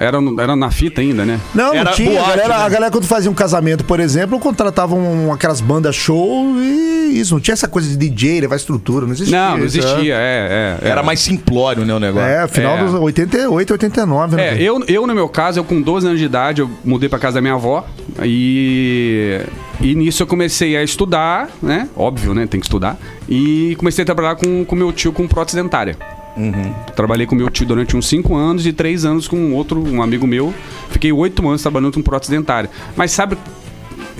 Era, no- era na fita ainda, né?
Não,
Era
não tinha.
boate,
a, galera,
né?
a galera, quando fazia um casamento, por exemplo, contratava um- aquelas bandas show e isso. Não tinha essa coisa de DJ, levar estrutura. Não existia.
Não, não
isso,
existia, é, é.
Era mais simplório, né, o negócio.
É, final
É.
dos 88, 89, né?
É, eu, eu, no meu caso, eu com 12 anos de idade, eu mudei pra casa da minha avó e. E nisso eu comecei a estudar, né? Óbvio, né? Tem que estudar. E comecei a trabalhar com, com meu tio com prótese dentária. Trabalhei com meu tio durante uns 5 anos e 3 anos com outro, um amigo meu. Fiquei 8 anos trabalhando com prótese dentária. Mas sabe,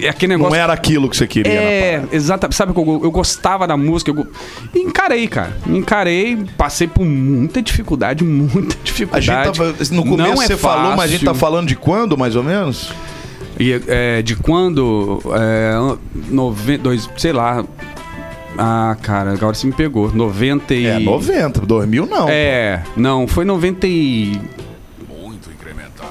é aquele negócio.
Não era aquilo que você queria. né,
É, exato. Sabe que eu, eu gostava da música. Eu, go- e encarei, cara. Encarei, passei por muita dificuldade, *laughs* muita
A
dificuldade.
gente tava, no começo
Não é
você falou, mas a gente tá
fácil.
falando de quando, mais ou menos?
E, é, de quando? É, noven- dois, sei lá. Ah, cara, agora você me pegou. 90 e...
É, 90, 2000 não.
É, não, foi 90 e... Muito incrementado.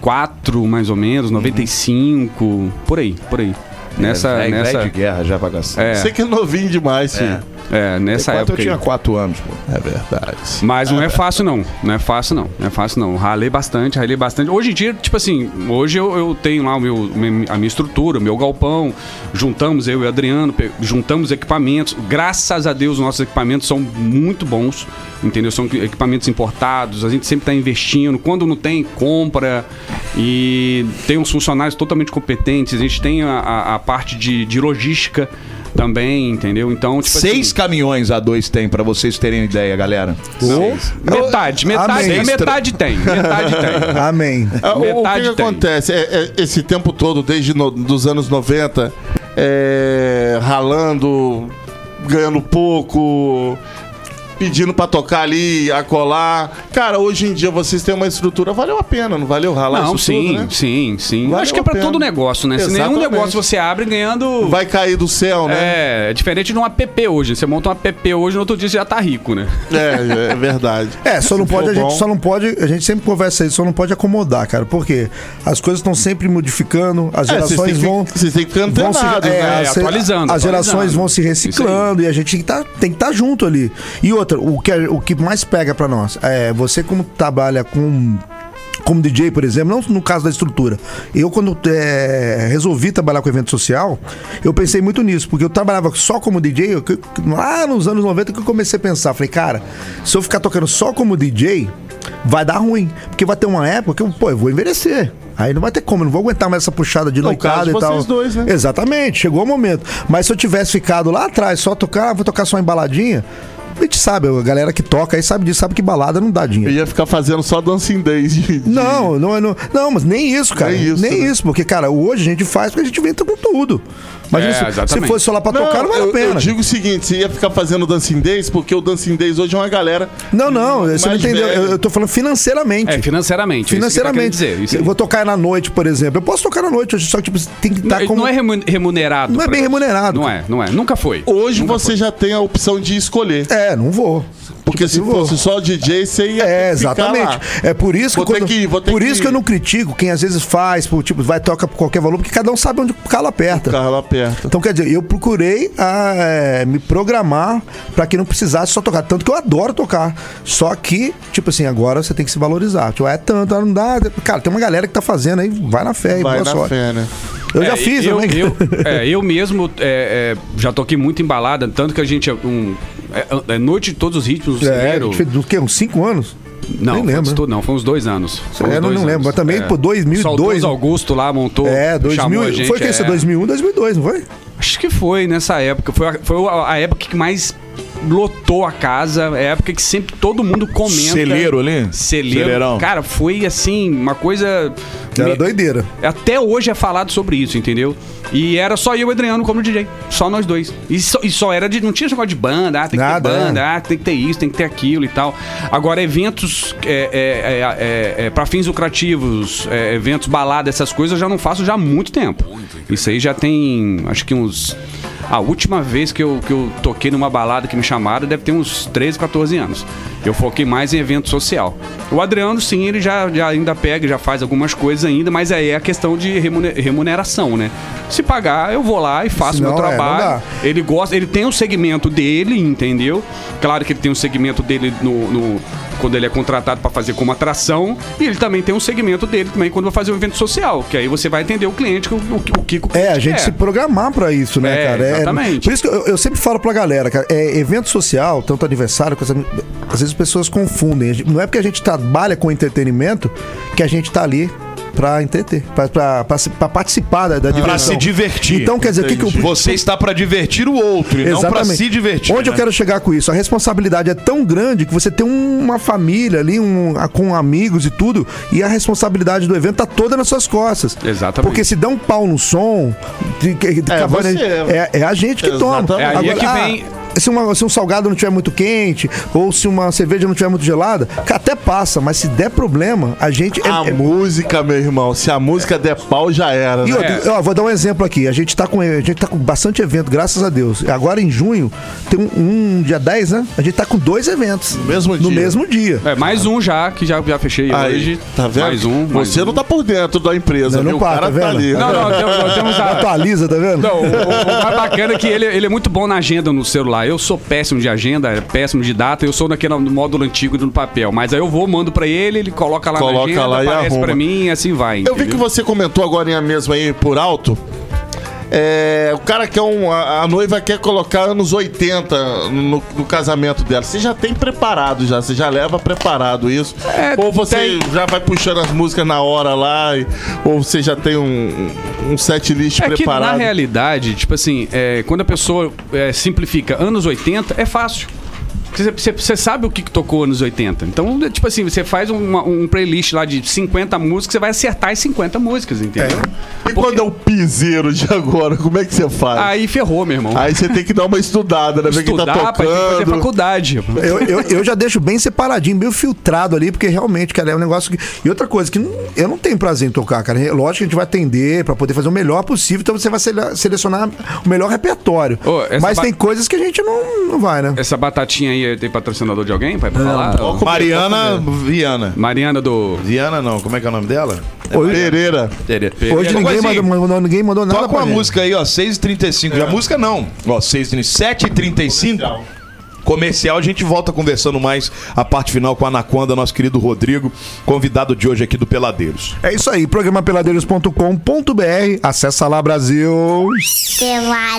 4, mais ou menos, 95, por aí, por aí. Nessa,
Uhum. é, velho,
nessa,
velho de guerra já pra gastar.
É.
Você que é novinho demais, filho.
é, nessa
Quatro,
época
eu
aí.
tinha 4 anos, pô.
É, verdade.
Mas não é fácil, não. Não é fácil, não. Não é fácil, não. Ralei bastante, ralei bastante. Hoje em dia, tipo assim, hoje eu, eu tenho lá o meu, mi- a minha estrutura, o meu galpão. Juntamos eu e o Adriano, pe- juntamos equipamentos. Graças a Deus, nossos equipamentos são muito bons, entendeu? São equipamentos importados, a gente sempre está investindo. Quando não tem, compra. E tem uns funcionários totalmente competentes. A gente tem a, a- a parte de, de logística também, entendeu? Então, tipo
Seis
assim,
caminhões A2 tem, pra vocês terem ideia, galera. Seis.
Metade, metade,
Amém.
metade tem, metade
*laughs*
tem.
Amém.
Ah, o- O que,
Metade
que
tem.
acontece? É, é, esse tempo todo, desde no, dos anos 90, é, ralando, ganhando pouco, pedindo pra tocar ali, acolar. Cara, hoje em dia vocês têm uma estrutura, valeu a pena, não valeu ralar
Não,
isso
sim,
tudo, né?
sim, sim. Eu
Valeu
Acho que é
a
pra
pena.
todo negócio, né? Se nenhum
Exatamente.
negócio você abre ganhando.
Vai cair do céu, né?
É, é diferente de um app hoje. Você monta um app hoje, no outro dia você já tá rico, né?
É, é, verdade.
É, só não
Se for
pode, a gente
bom.
só não pode, a gente sempre conversa isso, só não pode acomodar, cara. Por quê? As coisas estão sempre modificando, as
É, vocês têm
gerações
que-
vão
vocês têm que ficar
vão se-
antenados,
é,
né?
as-
atualizando,
As gerações
atualizando.
vão se reciclando e a gente tá, tem que estar junto ali. E outra, o que, o que mais pega pra nós é você como trabalha com como DJ, por exemplo, não no caso da estrutura. Eu, quando é, resolvi trabalhar com evento social, eu pensei muito nisso, porque eu trabalhava só como DJ, eu que- lá nos anos 90 que eu comecei a pensar. Falei, cara, se eu ficar tocando só como DJ, vai dar ruim. Porque vai ter uma época que eu, pô, eu vou envelhecer. Aí não vai ter como, eu não vou aguentar mais essa puxada de
É o
noitada
caso de
e tal.
vocês dois, né?
Exatamente, chegou o momento. Mas se eu tivesse ficado lá atrás, só tocar, ah, vou tocar só em baladinha. A gente sabe, a galera que toca aí sabe disso, sabe que balada não dá
Eu
dinheiro.
ia ficar fazendo só dancing days. de- de-
Não, não, é- não, não, mas nem isso, cara. Nem
Nem
isso,
isso, né?
porque, cara, hoje a gente faz porque a gente entra com tudo. Mas
É,
isso, se
exatamente.
fosse só lá pra tocar, não vale
eu,
a pena.
eu digo o seguinte, você ia ficar fazendo dancing days, porque o dancing days hoje é uma galera...
Não, não, você não
mais
entendeu.
velha.
Eu, eu tô falando financeiramente.
É, financeiramente. é isso que você tá querendo
Financeiramente.
dizer, isso aí.
eu vou tocar na noite, por exemplo. Eu posso tocar na noite, hoje, só que tipo, tem que estar
Não-
como.
Não é remu- remunerado.
Não é
pra
bem
isso.
remunerado,
Não é, não é. Nunca foi.
Hoje você já tem a opção de escolher.
É, não vou.
Porque se
eu vou.
fosse só DJ, você ia
É,
ficar
exatamente.
lá.
É por isso
Vou
que,
ter
quando-
que ir, vou ter
por
que
isso
ir.
que eu não critico quem às vezes faz, por, tipo, vai toca por qualquer valor, porque cada um sabe onde o calo aperta.
Carro lá perto.
Então, quer dizer, eu procurei ah, é, me programar pra que não precisasse só tocar. Tanto que eu adoro tocar. Só que, tipo assim, agora você tem que se valorizar. Tipo, ah, é tanto, ah, não dá. Cara, tem uma galera que tá fazendo aí, vai na fé e
Vai
boa
na
sorte.
fé, né?
Eu
É,
já fiz
eu,
também. *laughs*
Eu, é, eu mesmo é, é, já toquei muito embalada, tanto que a gente é um. É, é noite de todos os ritmos.
É, a
Celeiro.
gente fez do quê? Uns 5 anos?
Não,
Nem
foi
lembro,
uns
né?
to- não, foi uns dois anos. Foi uns
É, não-
dois
não lembro, mas também, pô, 2002,
Saudoso
né?
Augusto lá montou.
É, 2000.
chamou a gente,
foi o que isso?
é.
2001, 2002, não foi?
Acho que foi nessa época. Foi, a, foi a, a época que mais lotou a casa. É a época que sempre todo mundo comenta.
Celeiro ali?
Celeiro.
Celeirão.
Cara, foi assim, uma coisa.
Era
me-
doideira.
Até hoje é falado sobre isso, entendeu? E era só eu e o Adriano como DJ. Só nós dois. E só, e só era de. Não tinha esse negócio de banda, ah, tem que
Nada,
ter banda,
é.
ah, tem que ter isso, tem que ter aquilo e tal. Agora, eventos é, é, é, é, é, para fins lucrativos, é, eventos balada, essas coisas, eu já não faço já há muito tempo. Isso aí já tem, acho que uns. A última vez que eu, que eu toquei numa balada que me chamaram deve ter uns 13, 14 anos. Eu foquei mais em evento social. O Adriano, sim, ele já, já ainda pega, já faz algumas coisas ainda, mas aí é a questão de remune- remuneração, né? Se pagar, eu vou lá e faço
Senão,
meu
é, não
trabalho.
dá.
Ele gosta, ele tem um segmento dele, entendeu? Claro que ele tem um segmento dele no, no- quando ele é contratado pra fazer como atração, e ele também tem um segmento dele também quando vai fazer um evento social, que aí você vai entender o cliente, o, o, o que o cliente
É, a gente
quer.
se programar pra isso, né,
É,
cara? É,
exatamente.
Por isso que eu, eu sempre falo pra galera, cara, é evento social, tanto aniversário, coisa, às vezes as pessoas confundem. A gente- Não é porque a gente trabalha com entretenimento que a gente tá ali pra entreter, pra, pra- pra se- pra participar da, da diversão.
Pra se divertir.
Então, quer dizer, o que, que o,
Você está pra divertir o outro e não pra se divertir.
Onde eu
né?
quero chegar com isso? A responsabilidade é tão grande que você tem um, uma família ali, um, com amigos e tudo, e a responsabilidade do evento tá toda nas suas costas.
Exatamente.
Porque se der um pau no som, de- de- de-
É
acabando-
você.
é- é a gente que toma.
Exatamente. É
aí que
ah,
vem-
se, uma- se um salgado não tiver muito quente, ou se uma cerveja não tiver muito gelada, que até passa, mas se der problema, a gente. é-
A
é-
música, meu irmão, se a música der pau, já era,
e
né?
outra,
É.
ó, vou dar um exemplo aqui. A gente tá com, a gente tá com bastante evento, graças a Deus. Agora em junho, tem um, um dia 10, né? A gente tá com dois eventos. No
mesmo
No
dia.
mesmo dia.
É, mais um já, que já, já fechei
Aí,
hoje.
tá vendo?
Mais um. mais
Você
um.
não tá por dentro da empresa,
Não, não
viu?
tá,
o cara
tá vendo?
tá ali.
Não, não, temos, nós temos a.
Atualiza, tá vendo?
Ah. Não, o,
*laughs*
o mais bacana é que ele, ele é muito bom na agenda no celular. Eu sou péssimo de agenda, é péssimo de data, eu sou naquele no módulo antigo do papel. Mas aí eu vou, mando pra ele, ele coloca lá na
Coloca
agenda,
lá e
aparece
arruma.
pra mim e assim vai.
Eu vi que
entendeu?
você comentou agora mesmo aí por alto. É, o cara quer um. A, a noiva quer colocar anos 80 no, no casamento dela. Você já tem preparado já, você já leva preparado isso.
É,
ou você já vai puxando as músicas na hora lá, e- ou você já tem um, um set list
É que na
preparado.
realidade, tipo assim, é, quando a pessoa é, simplifica anos 80, é fácil. Você- Você você sabe o que, que tocou anos 80. Então, é, tipo assim, você faz uma- um playlist lá de 50 músicas, você vai acertar as 50 músicas, entendeu?
e quando é o piseiro de agora, como é que você faz? Aí,
Aí ferrou, meu irmão.
você tem que dar uma estudada, né? Ver quem tá
Estudar, pai, tem que fazer
tocando.
faculdade.
Eu, eu, eu já deixo bem separadinho, meio filtrado ali, porque realmente, cara, é um negócio que. E outra coisa, que não- eu não tenho prazer em tocar, cara. É Lógico que a gente vai atender pra poder fazer o melhor possível, então você vai sele- selecionar o melhor repertório.
Ô, essa
Mas
ba-
tem coisas que a gente não, não vai, né?
Essa batatinha aí tem patrocinador de alguém, pai, pra falar?
Mariana Viana.
Mariana do...
Viana não, como é que é o nome dela?
Pereira.
Pereira.
Hoje ninguém,
Mas, assim,
mandou, mandou- ninguém mandou nada
Toca
pra
uma
gente.
música aí, ó, 6h35. Já música não. Ó, 6h35. 7h35. Comercial, a gente volta conversando mais a parte final com a Anaconda, nosso querido Rodrigo, convidado de hoje aqui do Peladeiros.
É isso aí, programapeladeiros.com.br. Acessa lá, Brasil.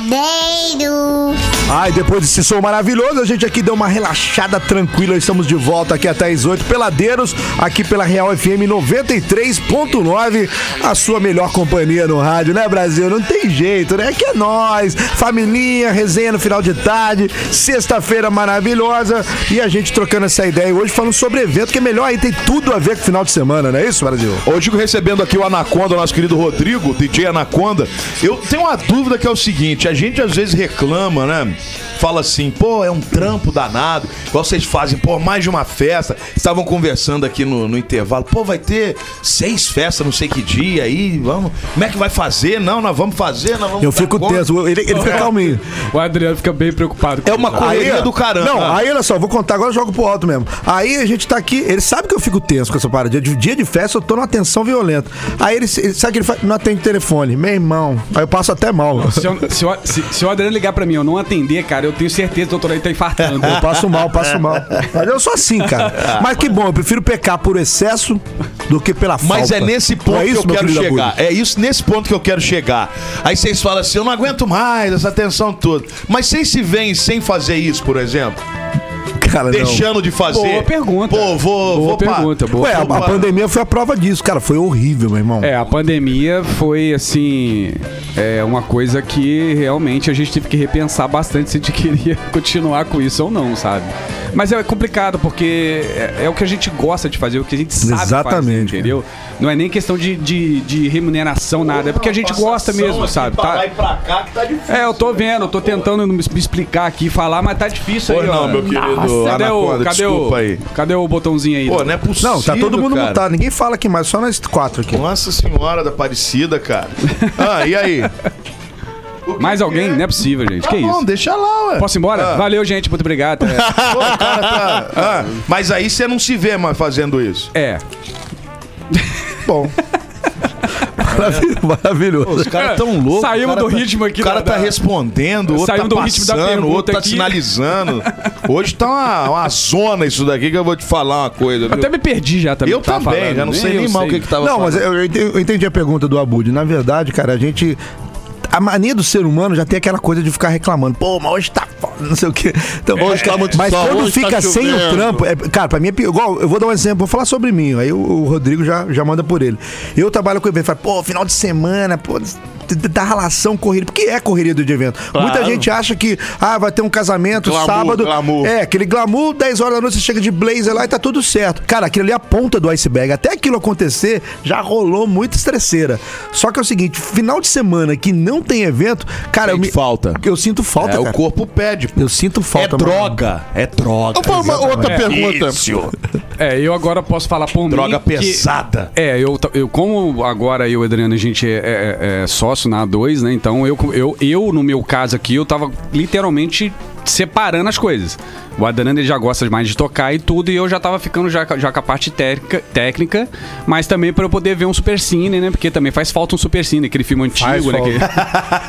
Peladeiro.
Ai, depois desse som maravilhoso, a gente aqui deu uma relaxada tranquila. Estamos de volta aqui até as 8 peladeiros, aqui pela Real FM 93.9. A sua melhor companhia no rádio, né, Brasil? Não tem jeito, né? Aqui é nós, família, resenha no final de tarde, sexta-feira maravilhosa. E a gente trocando essa ideia hoje, falando sobre evento, que é melhor aí, tem tudo a ver com o final de semana, não é isso, Brasil?
Hoje eu recebendo aqui o Anaconda, nosso querido Rodrigo, DJ Anaconda. Eu tenho uma dúvida que é o seguinte: a gente às vezes reclama, né? Fala assim, pô, é um trampo danado. Igual vocês fazem, pô, mais de uma festa. Estavam conversando aqui no, no intervalo, pô, vai ter seis festas, não sei que dia aí, vamos. Como é que vai fazer? Não, nós vamos fazer, nós vamos
Eu
dar
fico
conta.
tenso, ele, ele fica calminho.
O Adriano fica bem preocupado.
É uma correria do caramba.
Não, aí olha só, vou contar, agora eu jogo pro alto mesmo. Aí a gente tá aqui, ele sabe que eu fico tenso com essa parada. Dia de, dia de festa eu tô numa tensão violenta. Aí ele, ele- sabe que ele faz? Não atende telefone, meu irmão. Aí eu passo até mal.
Se, eu- se eu- se- se o Adriano ligar pra mim e eu não atender, cara, eu tenho certeza que o doutor aí tá infartando.
Eu passo mal, passo mal. Mas eu sou assim, cara. Mas que bom, eu prefiro pecar por excesso do que pela falta.
Mas é nesse ponto
Não é isso,
que eu
meu
quero
querido
chegar.
Abud?
É isso nesse ponto que eu quero chegar. Aí vocês falam assim, eu não aguento mais essa tensão toda. Mas vocês se veem sem fazer isso, por exemplo?
Cara, não.
Deixando de fazer?
Boa pergunta.
Pô, vou...
Boa
vou pa-
pergunta, boa.
Ué, a, a pandemia foi a prova disso, cara. Foi horrível, meu irmão.
É, a pandemia foi, assim, é uma coisa que realmente a gente teve que repensar bastante se a gente *laughs* queria continuar com isso ou não, sabe? Mas é complicado, porque é, é o que a gente gosta de fazer, é o que a gente sabe fazer,
Exatamente,
entendeu? Não é nem questão de, de, de remuneração, nada, é porque a gente gosta mesmo, sabe? Tá- É, eu tô vendo, eu tô tentando me me explicar aqui, falar, mas tá difícil
Pô,
aí, ó.
não, meu querido
Cadê o,
Anaconda,
cadê,
desculpa
o,
aí.
cadê o botãozinho aí?
Pô, não é possível,
Não, tá todo mundo
cara.
mutado. Ninguém fala aqui mais, só nós quatro aqui.
*laughs*
Nossa Senhora da Aparecida, cara. Ah, e aí?
Mais alguém? Não é possível, gente. Que
Tá Bom, Ah.
isso?
deixa lá, ué.
Posso ir embora? Valeu, gente.
*laughs*
Muito obrigado. até-
Pô, o cara tá- Ah, mas aí você não se vê mais fazendo isso.
É.
Bom.
Maravilhoso. maravilhoso.
Os caras tão loucos.
Saímos
o cara
do
tá-
ritmo aqui
O cara
da-
tá
da-
respondendo, outro tá
Saímos do ritmo da
passando,
pergunta
outro tá
aqui.
sinalizando. Hoje tá uma, uma zona isso daqui que eu vou te falar uma coisa.
Eu
viu?
até me perdi já também.
Eu
que tava
também,
falando.
já não sei nem
eu
mal o que tá- que tava
Não,
é
mas
falando.
eu eu entendi, eu entendi a pergunta do Abud. Na verdade, cara, a gente. A mania do ser humano já tem aquela coisa de ficar reclamando. Pô, mas hoje tá foda, não sei o quê. Então,
Hoje tá muito
mas
sol,
quando
hoje tá
fica sem o
chovendo.
trampo. é- cara, pra mim é pior. Igual, eu vou dar um exemplo, vou falar sobre mim. Aí o, o Rodrigo já, já manda por ele. Eu trabalho com evento, falo, pô, final de semana, pô, d- d- da relação corrida. Porque é correria do dia de evento.
Claro.
Muita gente acha que, ah, vai ter um casamento
Glamour,
sábado.
glamour.
É, aquele glamour, 10 horas da noite, você chega de blazer lá e tá tudo certo. Cara, aquilo ali é a ponta do iceberg. Até aquilo acontecer, já rolou muita estresseira. Só que é o seguinte, final de semana que não tem evento, cara, eu
Sente
me.
falta.
Eu sinto falta,
É, o
cara.
corpo pede, pô.
Eu sinto falta. mano.
é droga.
Opa, uma
É.
outra pergunta.
Vício.
É, eu agora posso falar por mim.
Droga
que-
pesada.
É, eu, ta- eu como agora eu e o Adriano, a gente é, é- é sócio na A2, né? Então eu, eu, eu, no meu caso aqui, eu tava literalmente separando as coisas. O Adriano ele já gosta mais de tocar e tudo, e eu já tava ficando já, com- já com a parte técnica, técnica mas também pra eu poder ver um super cine, né? Porque também faz falta um super cine, aquele filme antigo, né? que-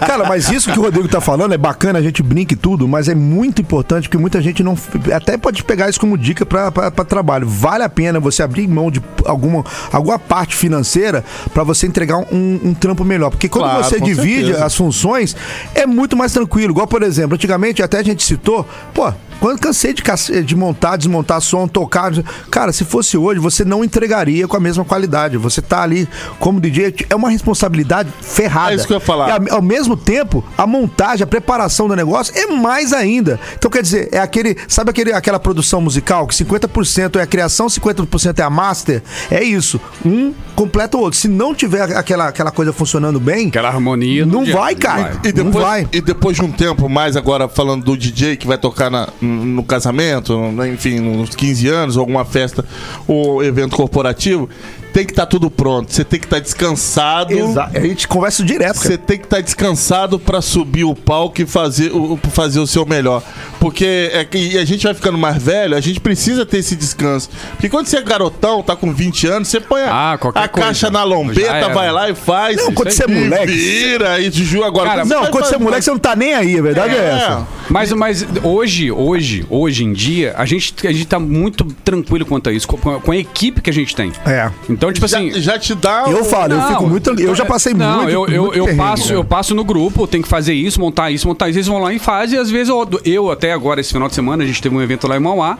Cara, mas isso que o Rodrigo tá falando é bacana, a gente brinca e tudo, mas é muito importante porque muita gente não. Até pode pegar isso como dica pra, pra, pra trabalho. Vale a pena você abrir mão de alguma, alguma parte financeira pra você entregar um, um trampo melhor. Porque quando
Claro,
você
com
divide
certeza.
as funções, é muito mais tranquilo. Igual, por exemplo, antigamente até a gente citou, pô. Quando eu cansei de, cace- de montar, desmontar som, tocar. Cara, se fosse hoje, você não entregaria com a mesma qualidade. Você tá ali como DJ, é uma responsabilidade ferrada.
É isso que eu ia falar.
É a- ao mesmo tempo, a montagem, a preparação do negócio é mais ainda. Então, quer dizer, é aquele. Sabe aquele, aquela produção musical que 50% é a criação, 50% é a master? É isso. Um completa o outro. Se não tiver aquela, aquela coisa funcionando bem,
*laughs* Aquela harmonia.
não
adianta,
vai, cara.
E depois,
não vai.
e depois de um tempo mais, agora falando do DJ que vai tocar na- no casamento, né, enfim, nos 15 anos, alguma festa ou evento corporativo, tem que estar tudo pronto. Você tem que estar descansado.
Exa- A gente conversa direto. cara.
Você tem que estar descansado pra subir o palco e fazer o, fazer o seu melhor. Porque é que- e a gente vai ficando mais velho, a gente precisa ter esse descanso. Porque quando você é garotão, tá com 20 anos, você põe a,
Ah, qualquer
a caixa
coisa.
na
Já
lombeta,
era.
vai lá e faz.
Não, quando
E
você é moleque-
Vira e te julga agora.
Cara,
Não,
vai
quando você é
fazer-
moleque, você não tá nem aí, a verdade é,
É.
essa.
Mas, mas hoje, hoje, hoje em dia, a gente, a gente tá muito tranquilo quanto a isso, com, com a equipe que a gente tem.
É.
Então, tipo
já,
assim.
já te dá.
Eu
um-
falo, eu
Não,
fico muito. Eu já passei
não,
muito.
eu, eu,
muito
eu
perrengue, né?
passo,
cara.
eu passo no grupo, eu tenho que fazer isso, montar isso, montar isso. Eles vão lá e fazem. Às vezes eu, eu, até agora, esse final de semana, a gente teve um evento lá em Mauá.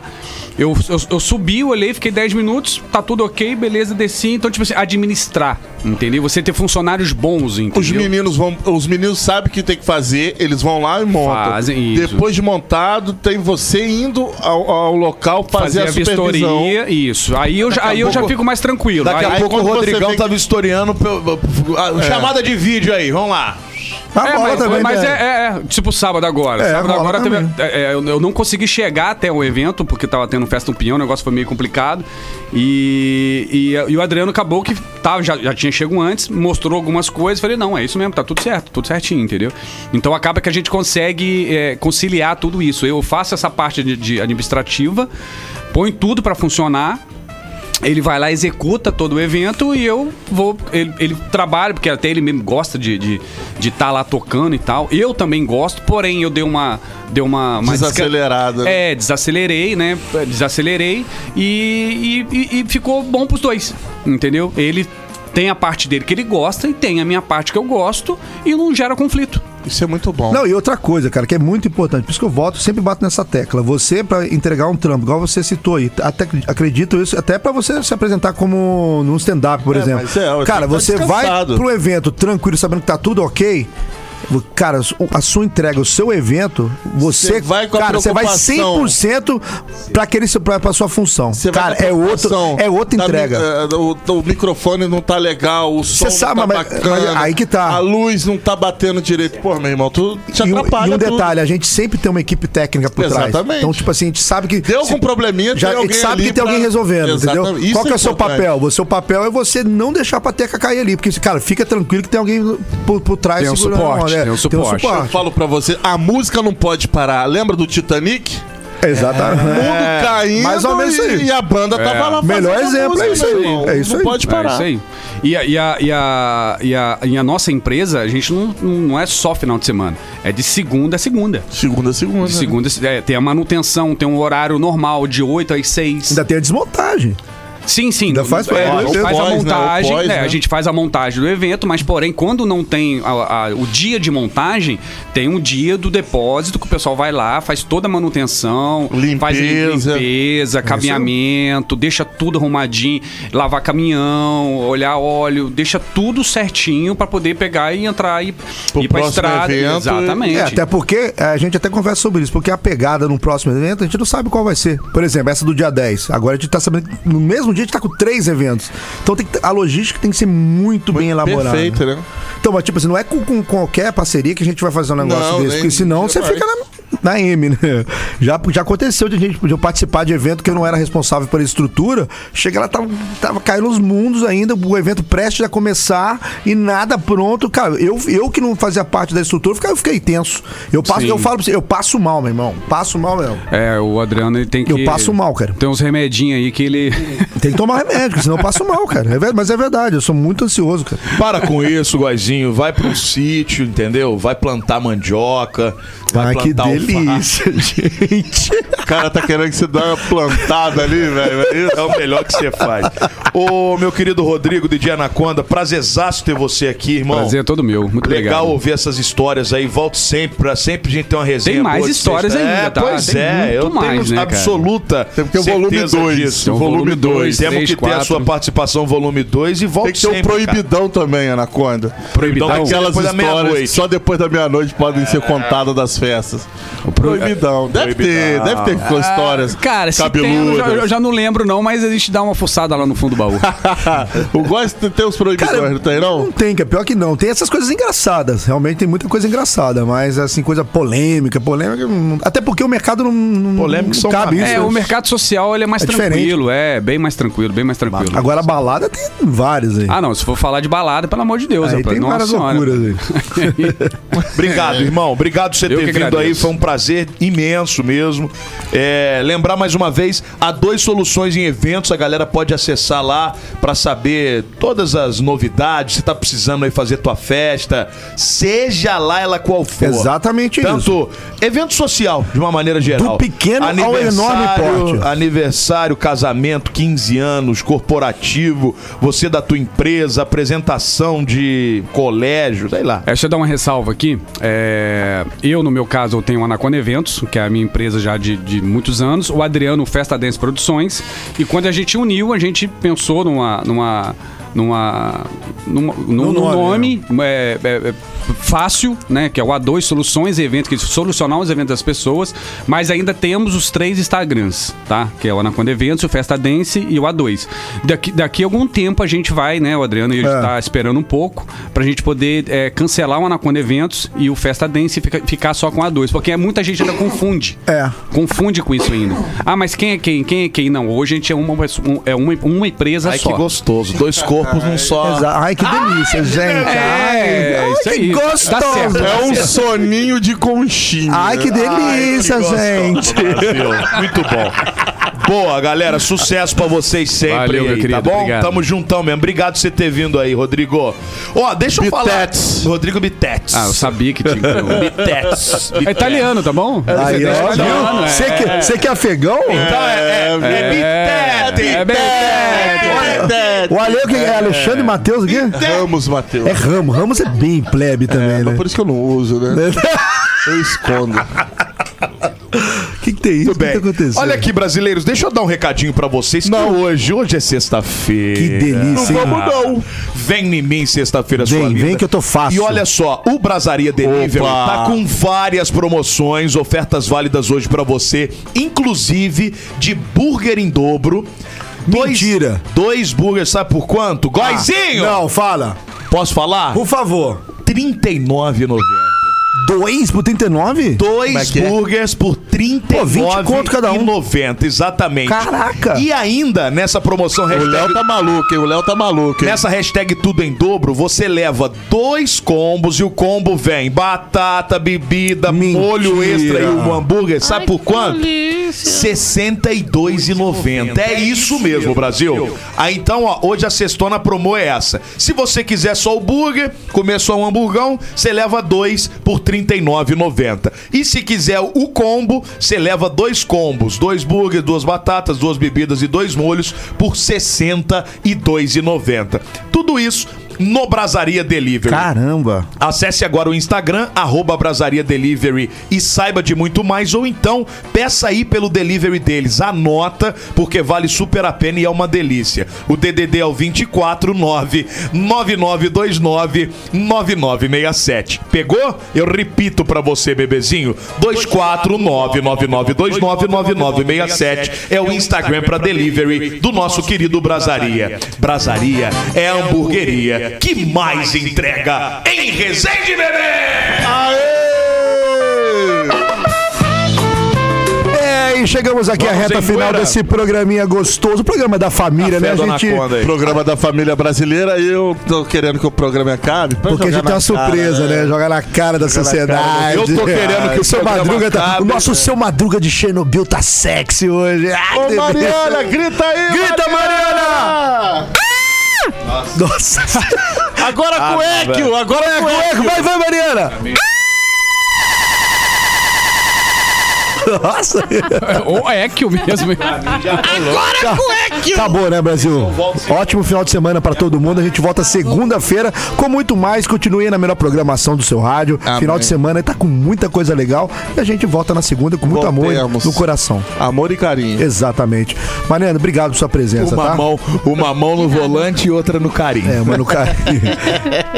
Eu, eu, eu subi, olhei, fiquei 10 minutos, tá tudo ok, beleza, desci. Então, tipo assim, administrar, entendeu? Você ter funcionários bons, entendeu?
Os meninos vão, os meninos sabem o que tem que fazer, eles vão lá e montam.
Fazem isso.
Depois de montado, tem você indo ao, ao local fazer, a, supervisão.
isso. Aí eu, já- aí eu já fico mais tranquilo.
Daqui
Aí-
a pouco o
quando você
Rodrigão
vê que-
tá vistoriando. pelo- ah, Chamada de vídeo aí, vamos lá.
A
É,
bola
mas,
também,
mas
né?
é, é, é, tipo sábado agora.
É,
sábado
rola
agora teve-
também.
é, é, eu, eu não consegui chegar até o evento, porque tava tendo festa no pinhão, o negócio foi meio complicado. E, e- e o Adriano acabou que tava, já, já tinha chego antes, mostrou algumas coisas. Falei, não, é isso mesmo, tá tudo certo, tudo certinho, entendeu? Então acaba que a gente consegue é, conciliar tudo isso. Eu faço essa parte de, de administrativa, põe tudo pra funcionar. Ele vai lá, executa todo o evento e eu vou. Ele, ele trabalha, porque até ele mesmo gosta de estar de, de tá lá tocando e tal. Eu também gosto, porém eu dei uma. Dei uma, uma desca-
Desacelerada, né?
É, desacelerei, né? Desacelerei e, e, e- e ficou bom pros dois, entendeu? Ele tem a parte dele que ele gosta e tem a minha parte que eu gosto e não gera conflito.
Isso é muito bom.
Não, e outra coisa, cara, que é muito importante, por isso que eu voto, sempre bato nessa tecla. Você, pra entregar um trampo, igual você citou aí, até acredito isso, até pra você se apresentar como num stand-up, por exemplo.
mas é, eu
cara,
tenho que
você
estar
vai
descansado.
pro evento tranquilo, sabendo que tá tudo ok. Cara, a sua entrega, o seu evento, você,
Você vai com a
cara, você vai
preocupação.
100% para aquele seu- pra, pra sua função.
Você vai
cara,
na
é outro,
preocupação.
é outra
Tá
entrega.
mi- eh, o, o microfone não tá legal, o som
sabe,
não tá
mas- mas
bacana.
aí que tá.
A luz não tá batendo direito. Pô, meu irmão, tu te
E um,
atrapalha.
e um
tudo.
detalhe, a gente sempre tem uma equipe técnica por trás.
Exatamente.
Então, tipo assim, a gente sabe que.
Deu algum probleminha,
já,
tem
a gente
É alguém
sabe
ali
que tem
pra-
alguém resolvendo, entendeu?
Exatamente. Isso
Qual que é o
é
seu
importante.
papel? O seu papel é você não deixar a pateca cair ali. Porque, cara, fica tranquilo que tem alguém por, por trás
Tem um
segurando a né?
suporte. suporte, tem o
um
suporte.
Eu falo pra você, a música não pode parar. Lembra do Titanic?
É.
Exatamente.
Tudo caindo
É, mais ou menos isso aí.
e a banda tava lá
Melhor
fazendo a
exemplo,
música,
é isso aí,
meu irmão.
é isso
não
aí.
pode Tipo parar.
É isso aí. E a, e a, e a, e a, e a nossa empresa, a gente não, não não é só final de semana. É de segunda a segunda.
Segunda a segunda. né?
De segunda, a se- é, tem a manutenção, tem um horário normal de 8 às 6.
Ainda tem a desmontagem.
Sim, sim.
Ainda faz-
É,
é,
a gente
o
faz a
pós, né? O
montagem,
pós,
né?
né?
A gente faz a montagem do evento, mas porém, quando não tem a- a- o dia de montagem, tem um dia do depósito que o pessoal vai lá, faz toda a manutenção, faz
Limpeza.
limpeza, caminhamento, deixa tudo arrumadinho, lavar caminhão, olhar óleo, deixa tudo certinho pra poder pegar e entrar e ir pra
próximo
estrada.
evento.
Exatamente.
É, até porque é, a gente até conversa sobre isso, porque a pegada no próximo evento a gente não sabe qual vai ser. Por exemplo, essa do dia 10. Agora a gente tá sabendo que no mesmo dia a gente tá com três eventos. Então tem que- a logística tem que ser muito, bem elaborada.
Perfeito, né?
Então, mas tipo assim, não é com, com qualquer parceria que a gente vai fazer um negócio
Não,
desse,
nem-
porque senão
nem
você
vai.
fica na, na M, né? Já, já aconteceu de a gente de eu participar de evento que eu não era responsável pela estrutura, chega lá, tava, tava caindo os mundos ainda, o evento prestes a começar e nada pronto. Cara, eu, eu que não fazia parte da estrutura, eu fiquei, eu fiquei tenso. Eu, passo,
Sim.
eu falo pra você, eu passo mal, meu irmão. Passo mal mesmo.
É, o Adriano ele tem que.
Eu passo mal, cara.
Tem uns remedinhos aí que ele.
Tem que tomar remédio, porque senão eu passo mal, cara. É ver- mas é verdade, eu sou muito ansioso, cara.
Para com isso, Goizinho. Vai para um sítio, entendeu? Vai plantar mandioca. Vai
ah, que
plantar alface.
delícia, gente.
O cara tá querendo que você dê uma plantada ali, velho.
É o melhor que você faz. Ô, meu querido Rodrigo, DJ Anaconda, prazerzaço ter você aqui, irmão.
Prazer é todo meu. Muito
Legal
obrigado.
ouvir essas histórias aí. Volte sempre, pra sempre a gente ter uma resenha.
Tem mais
boa de
histórias
sexta.
ainda,
é,
tá?
Pois
Tem
é,
muito
eu
mais,
tenho
né, cara?
absoluta.
Tem que ter o volume
certeza
dois. um
disso.
Tem o
volume
Volume 2.
dois,
Temos
três,
que ter a
quatro.
sua participação, volume 2, e volte
Tem que ter um
sempre, cara.
proibidão também, Anaconda.
Proibidão tem que ser
Aquelas
depois da
histórias que
meia-noite.
só depois da meia-noite podem ser contadas das festas. Proibidão. Deve ter, deve ter histórias
Cara, se tem, eu já, eu
cabeludas.
já não lembro não, mas a gente dá uma fuçada lá no fundo do baú.
o gosto de ter os proibidões, não tem
Não
não?
tem, que é pior que não. Tem essas coisas engraçadas. Realmente tem muita coisa engraçada, mas assim, coisa polêmica, polêmica. hum, Até porque o mercado não. não
Polêmicas
não
são
cabe
uma
isso.
é, o mercado social ele é mais
É diferente.
tranquilo, é bem mais tranquilo, bem mais tranquilo.
Ah, Agora a balada tem vários aí.
Ah não, se for falar de balada, pelo amor de Deus,
aí
rapaz.
tem várias
Senhora.
loucuras aí.
Obrigado, irmão. Obrigado por você
É. Eu
ter
que
vindo
agradeço.
aí. Foi um prazer imenso mesmo. É, lembrar mais uma vez, há dois soluções em eventos. A galera pode acessar lá pra saber todas as novidades. Você tá precisando aí fazer tua festa, seja lá ela qual for.
Exatamente isso.
Tanto evento social, de uma maneira geral.
Do pequeno ao enorme porte.
Aniversário, casamento, 15 anos, corporativo, você da tua empresa, apresentação de colégio, sei lá.
É, deixa eu dar uma ressalva aqui. É, eu, no meu caso, eu tenho a Anaconda Eventos, que é a minha empresa já de, de muitos anos. O Adriano, Festa Dance Produções. E quando a gente uniu, a gente pensou numa... numa numa, numa- num,
No
num
nome,
nome, é, é, é, fácil, né? Que é o A2 Soluções e Eventos, que é solucionar os eventos das pessoas, mas ainda temos os três Instagrams, tá? Que é o Anaconda Eventos, o Festa Dance e o A2. Daqui, daqui a algum tempo a gente vai, né, o Adriano, e a gente
É.
tá tá esperando um pouco pra gente poder é, cancelar o Anaconda Eventos e o Festa Dance e fica- ficar só com a 2. Porque muita gente ainda confunde.
É.
Confunde com isso ainda. Ah, mas quem é quem? Quem é quem? Não, hoje a gente é uma, pessoa- um- é uma, uma empresa
Ai,
só.
que gostoso. Dois corpos num só.
Exa- Ai, que delícia, gente.
É,
ai,
isso
ai,
aí.
que gostoso.
Tá certo.
É um soninho de conchinha.
Ai, que delícia, gente.
Brasil. Muito bom. Boa, galera. Sucesso pra vocês sempre.
Valeu,
aí,
meu
Tá
querido,
bom?
obrigado.
Tamo juntão mesmo. Obrigado por você ter vindo aí, Rodrigo. Ó, deixa eu
Bitetes.
falar. Rodrigo Bitetes.
Ah, eu sabia que tinha que ter um.
Bitetes.
É italiano, tá bom?
Aí, ó, viu?
né?
Você que, você que é afegão?
Então é, é, é, Bitetes.
É, bem-
O Ale, o que é? Alexandre Matheus, o quê?
Ramos, Matheus.
É Ramos. Ramos é bem plebe também,
É,
né?
mas por isso que eu não uso, né? Eu escondo.
O que, que tem isso? O
Muito
que
bem.
tá acontecendo?
Olha aqui, brasileiros, deixa eu dar um recadinho pra vocês. Não hoje, hoje é sexta-feira.
Que delícia, hein?
Não vamos não. Vem em mim sexta-feira sua
Vem,
vida.
vem que eu tô fácil.
E olha só, o Brasaria Delivery
Opa.
tá com várias promoções, ofertas válidas hoje pra você, inclusive de burger em dobro. Dois-
Mentira. Ah,
Dois, burgers, sabe por quanto? Góizinho!
Não, fala.
Posso falar?
Por favor.
R$ 39,90.
Dois por 39?
Como é
Dois
que é?
burgers por
Pô, 20 conto cada um.
39,90, exatamente.
Caraca.
E ainda, nessa promoção
O
hashtag
Léo tá maluco, hein? O Léo tá maluco, hein?
Nessa hashtag tudo em dobro, você leva dois combos e o combo vem batata, bebida, molho extra e o hambúrguer. Sabe por Tipo, quanto? R$ 62,90. É isso mesmo, Brasil. Ah, então, ó, hoje a cestona promo é essa. Se você quiser só o burger, comer só um hamburgão, você leva dois por R$ 39,90. E se quiser o combo, você leva dois combos, dois burgers, duas batatas, duas bebidas e dois molhos por R$ 62,90. Tudo isso no Brasaria Delivery.
Caramba.
Acesse agora o Instagram, arroba Brasaria Delivery e saiba de muito mais, ou então peça aí pelo delivery deles. Anota, porque vale super a pena e é uma delícia. O DDD é o 249 9929 9967. Pegou? Eu repito pra você, bebezinho. 249 9929 9967 é o Instagram pra delivery do nosso querido Brasaria. Brasaria é a hamburgueria que mais entrega em Resende, bebê!
É, e chegamos aqui à
Vamos
reta
em
final
Poeira.
desse programinha gostoso. O programa da família, né?
Fé
A
Dona
gente.
Conda aí.
Programa da família brasileira, eu tô querendo que o programa acabe. pra
Porque a
jogar
gente tem
na
uma surpresa,
cara,
né? Jogar na cara da sociedade.
Eu tô
*laughs*
querendo que o
seu
programa
Madruga tá-
acabe,
O nosso seu Madruga de Chernobyl tá sexy hoje. Ai,
Ô,
delícia.
Mariana, grita aí!
Grita,
Mariana!
Nossa.
Agora
Ah,
cueco!
velho.
Agora é cueco!
Vai, vai, Mariana! Nossa!
Ou é que o mesmo.
Acabou, né, Brasil? Ótimo final de semana pra todo mundo. A gente volta segunda-feira com muito mais. Continue na melhor programação do seu rádio. Final de semana tá com muita coisa legal. E a gente volta na segunda com muito amor
Voltemos.
no coração.
Amor e carinho.
Exatamente. Mariana, obrigado pela sua presença, tá?
mão, uma mão no volante e outra no carinho.
É, mano,
*laughs*
cara.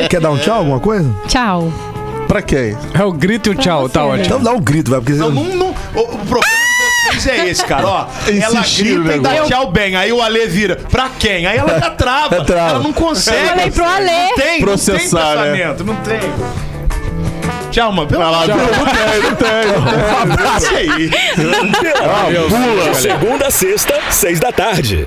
Quer dar um tchau, alguma coisa?
Tchau.
Pra quem?
É o grito e o tchau, tá ótimo.
Então dá um grito, vai, porque
Não, não, não. O, o problema de vocês é esse, cara, ó. Ela
Insistir,
grita e dá
né,
agora?
tchau bem. Aí o Ale vira. Pra quem? Aí ela já trava.
Trava.
Ela não consegue.
Eu falei pro Ale.
Não tem,
Processar,
não
né?
tem pensamento, não tem. Tchau, mano. Pelo amor de Deus. *laughs*
Segunda a sexta, seis da tarde.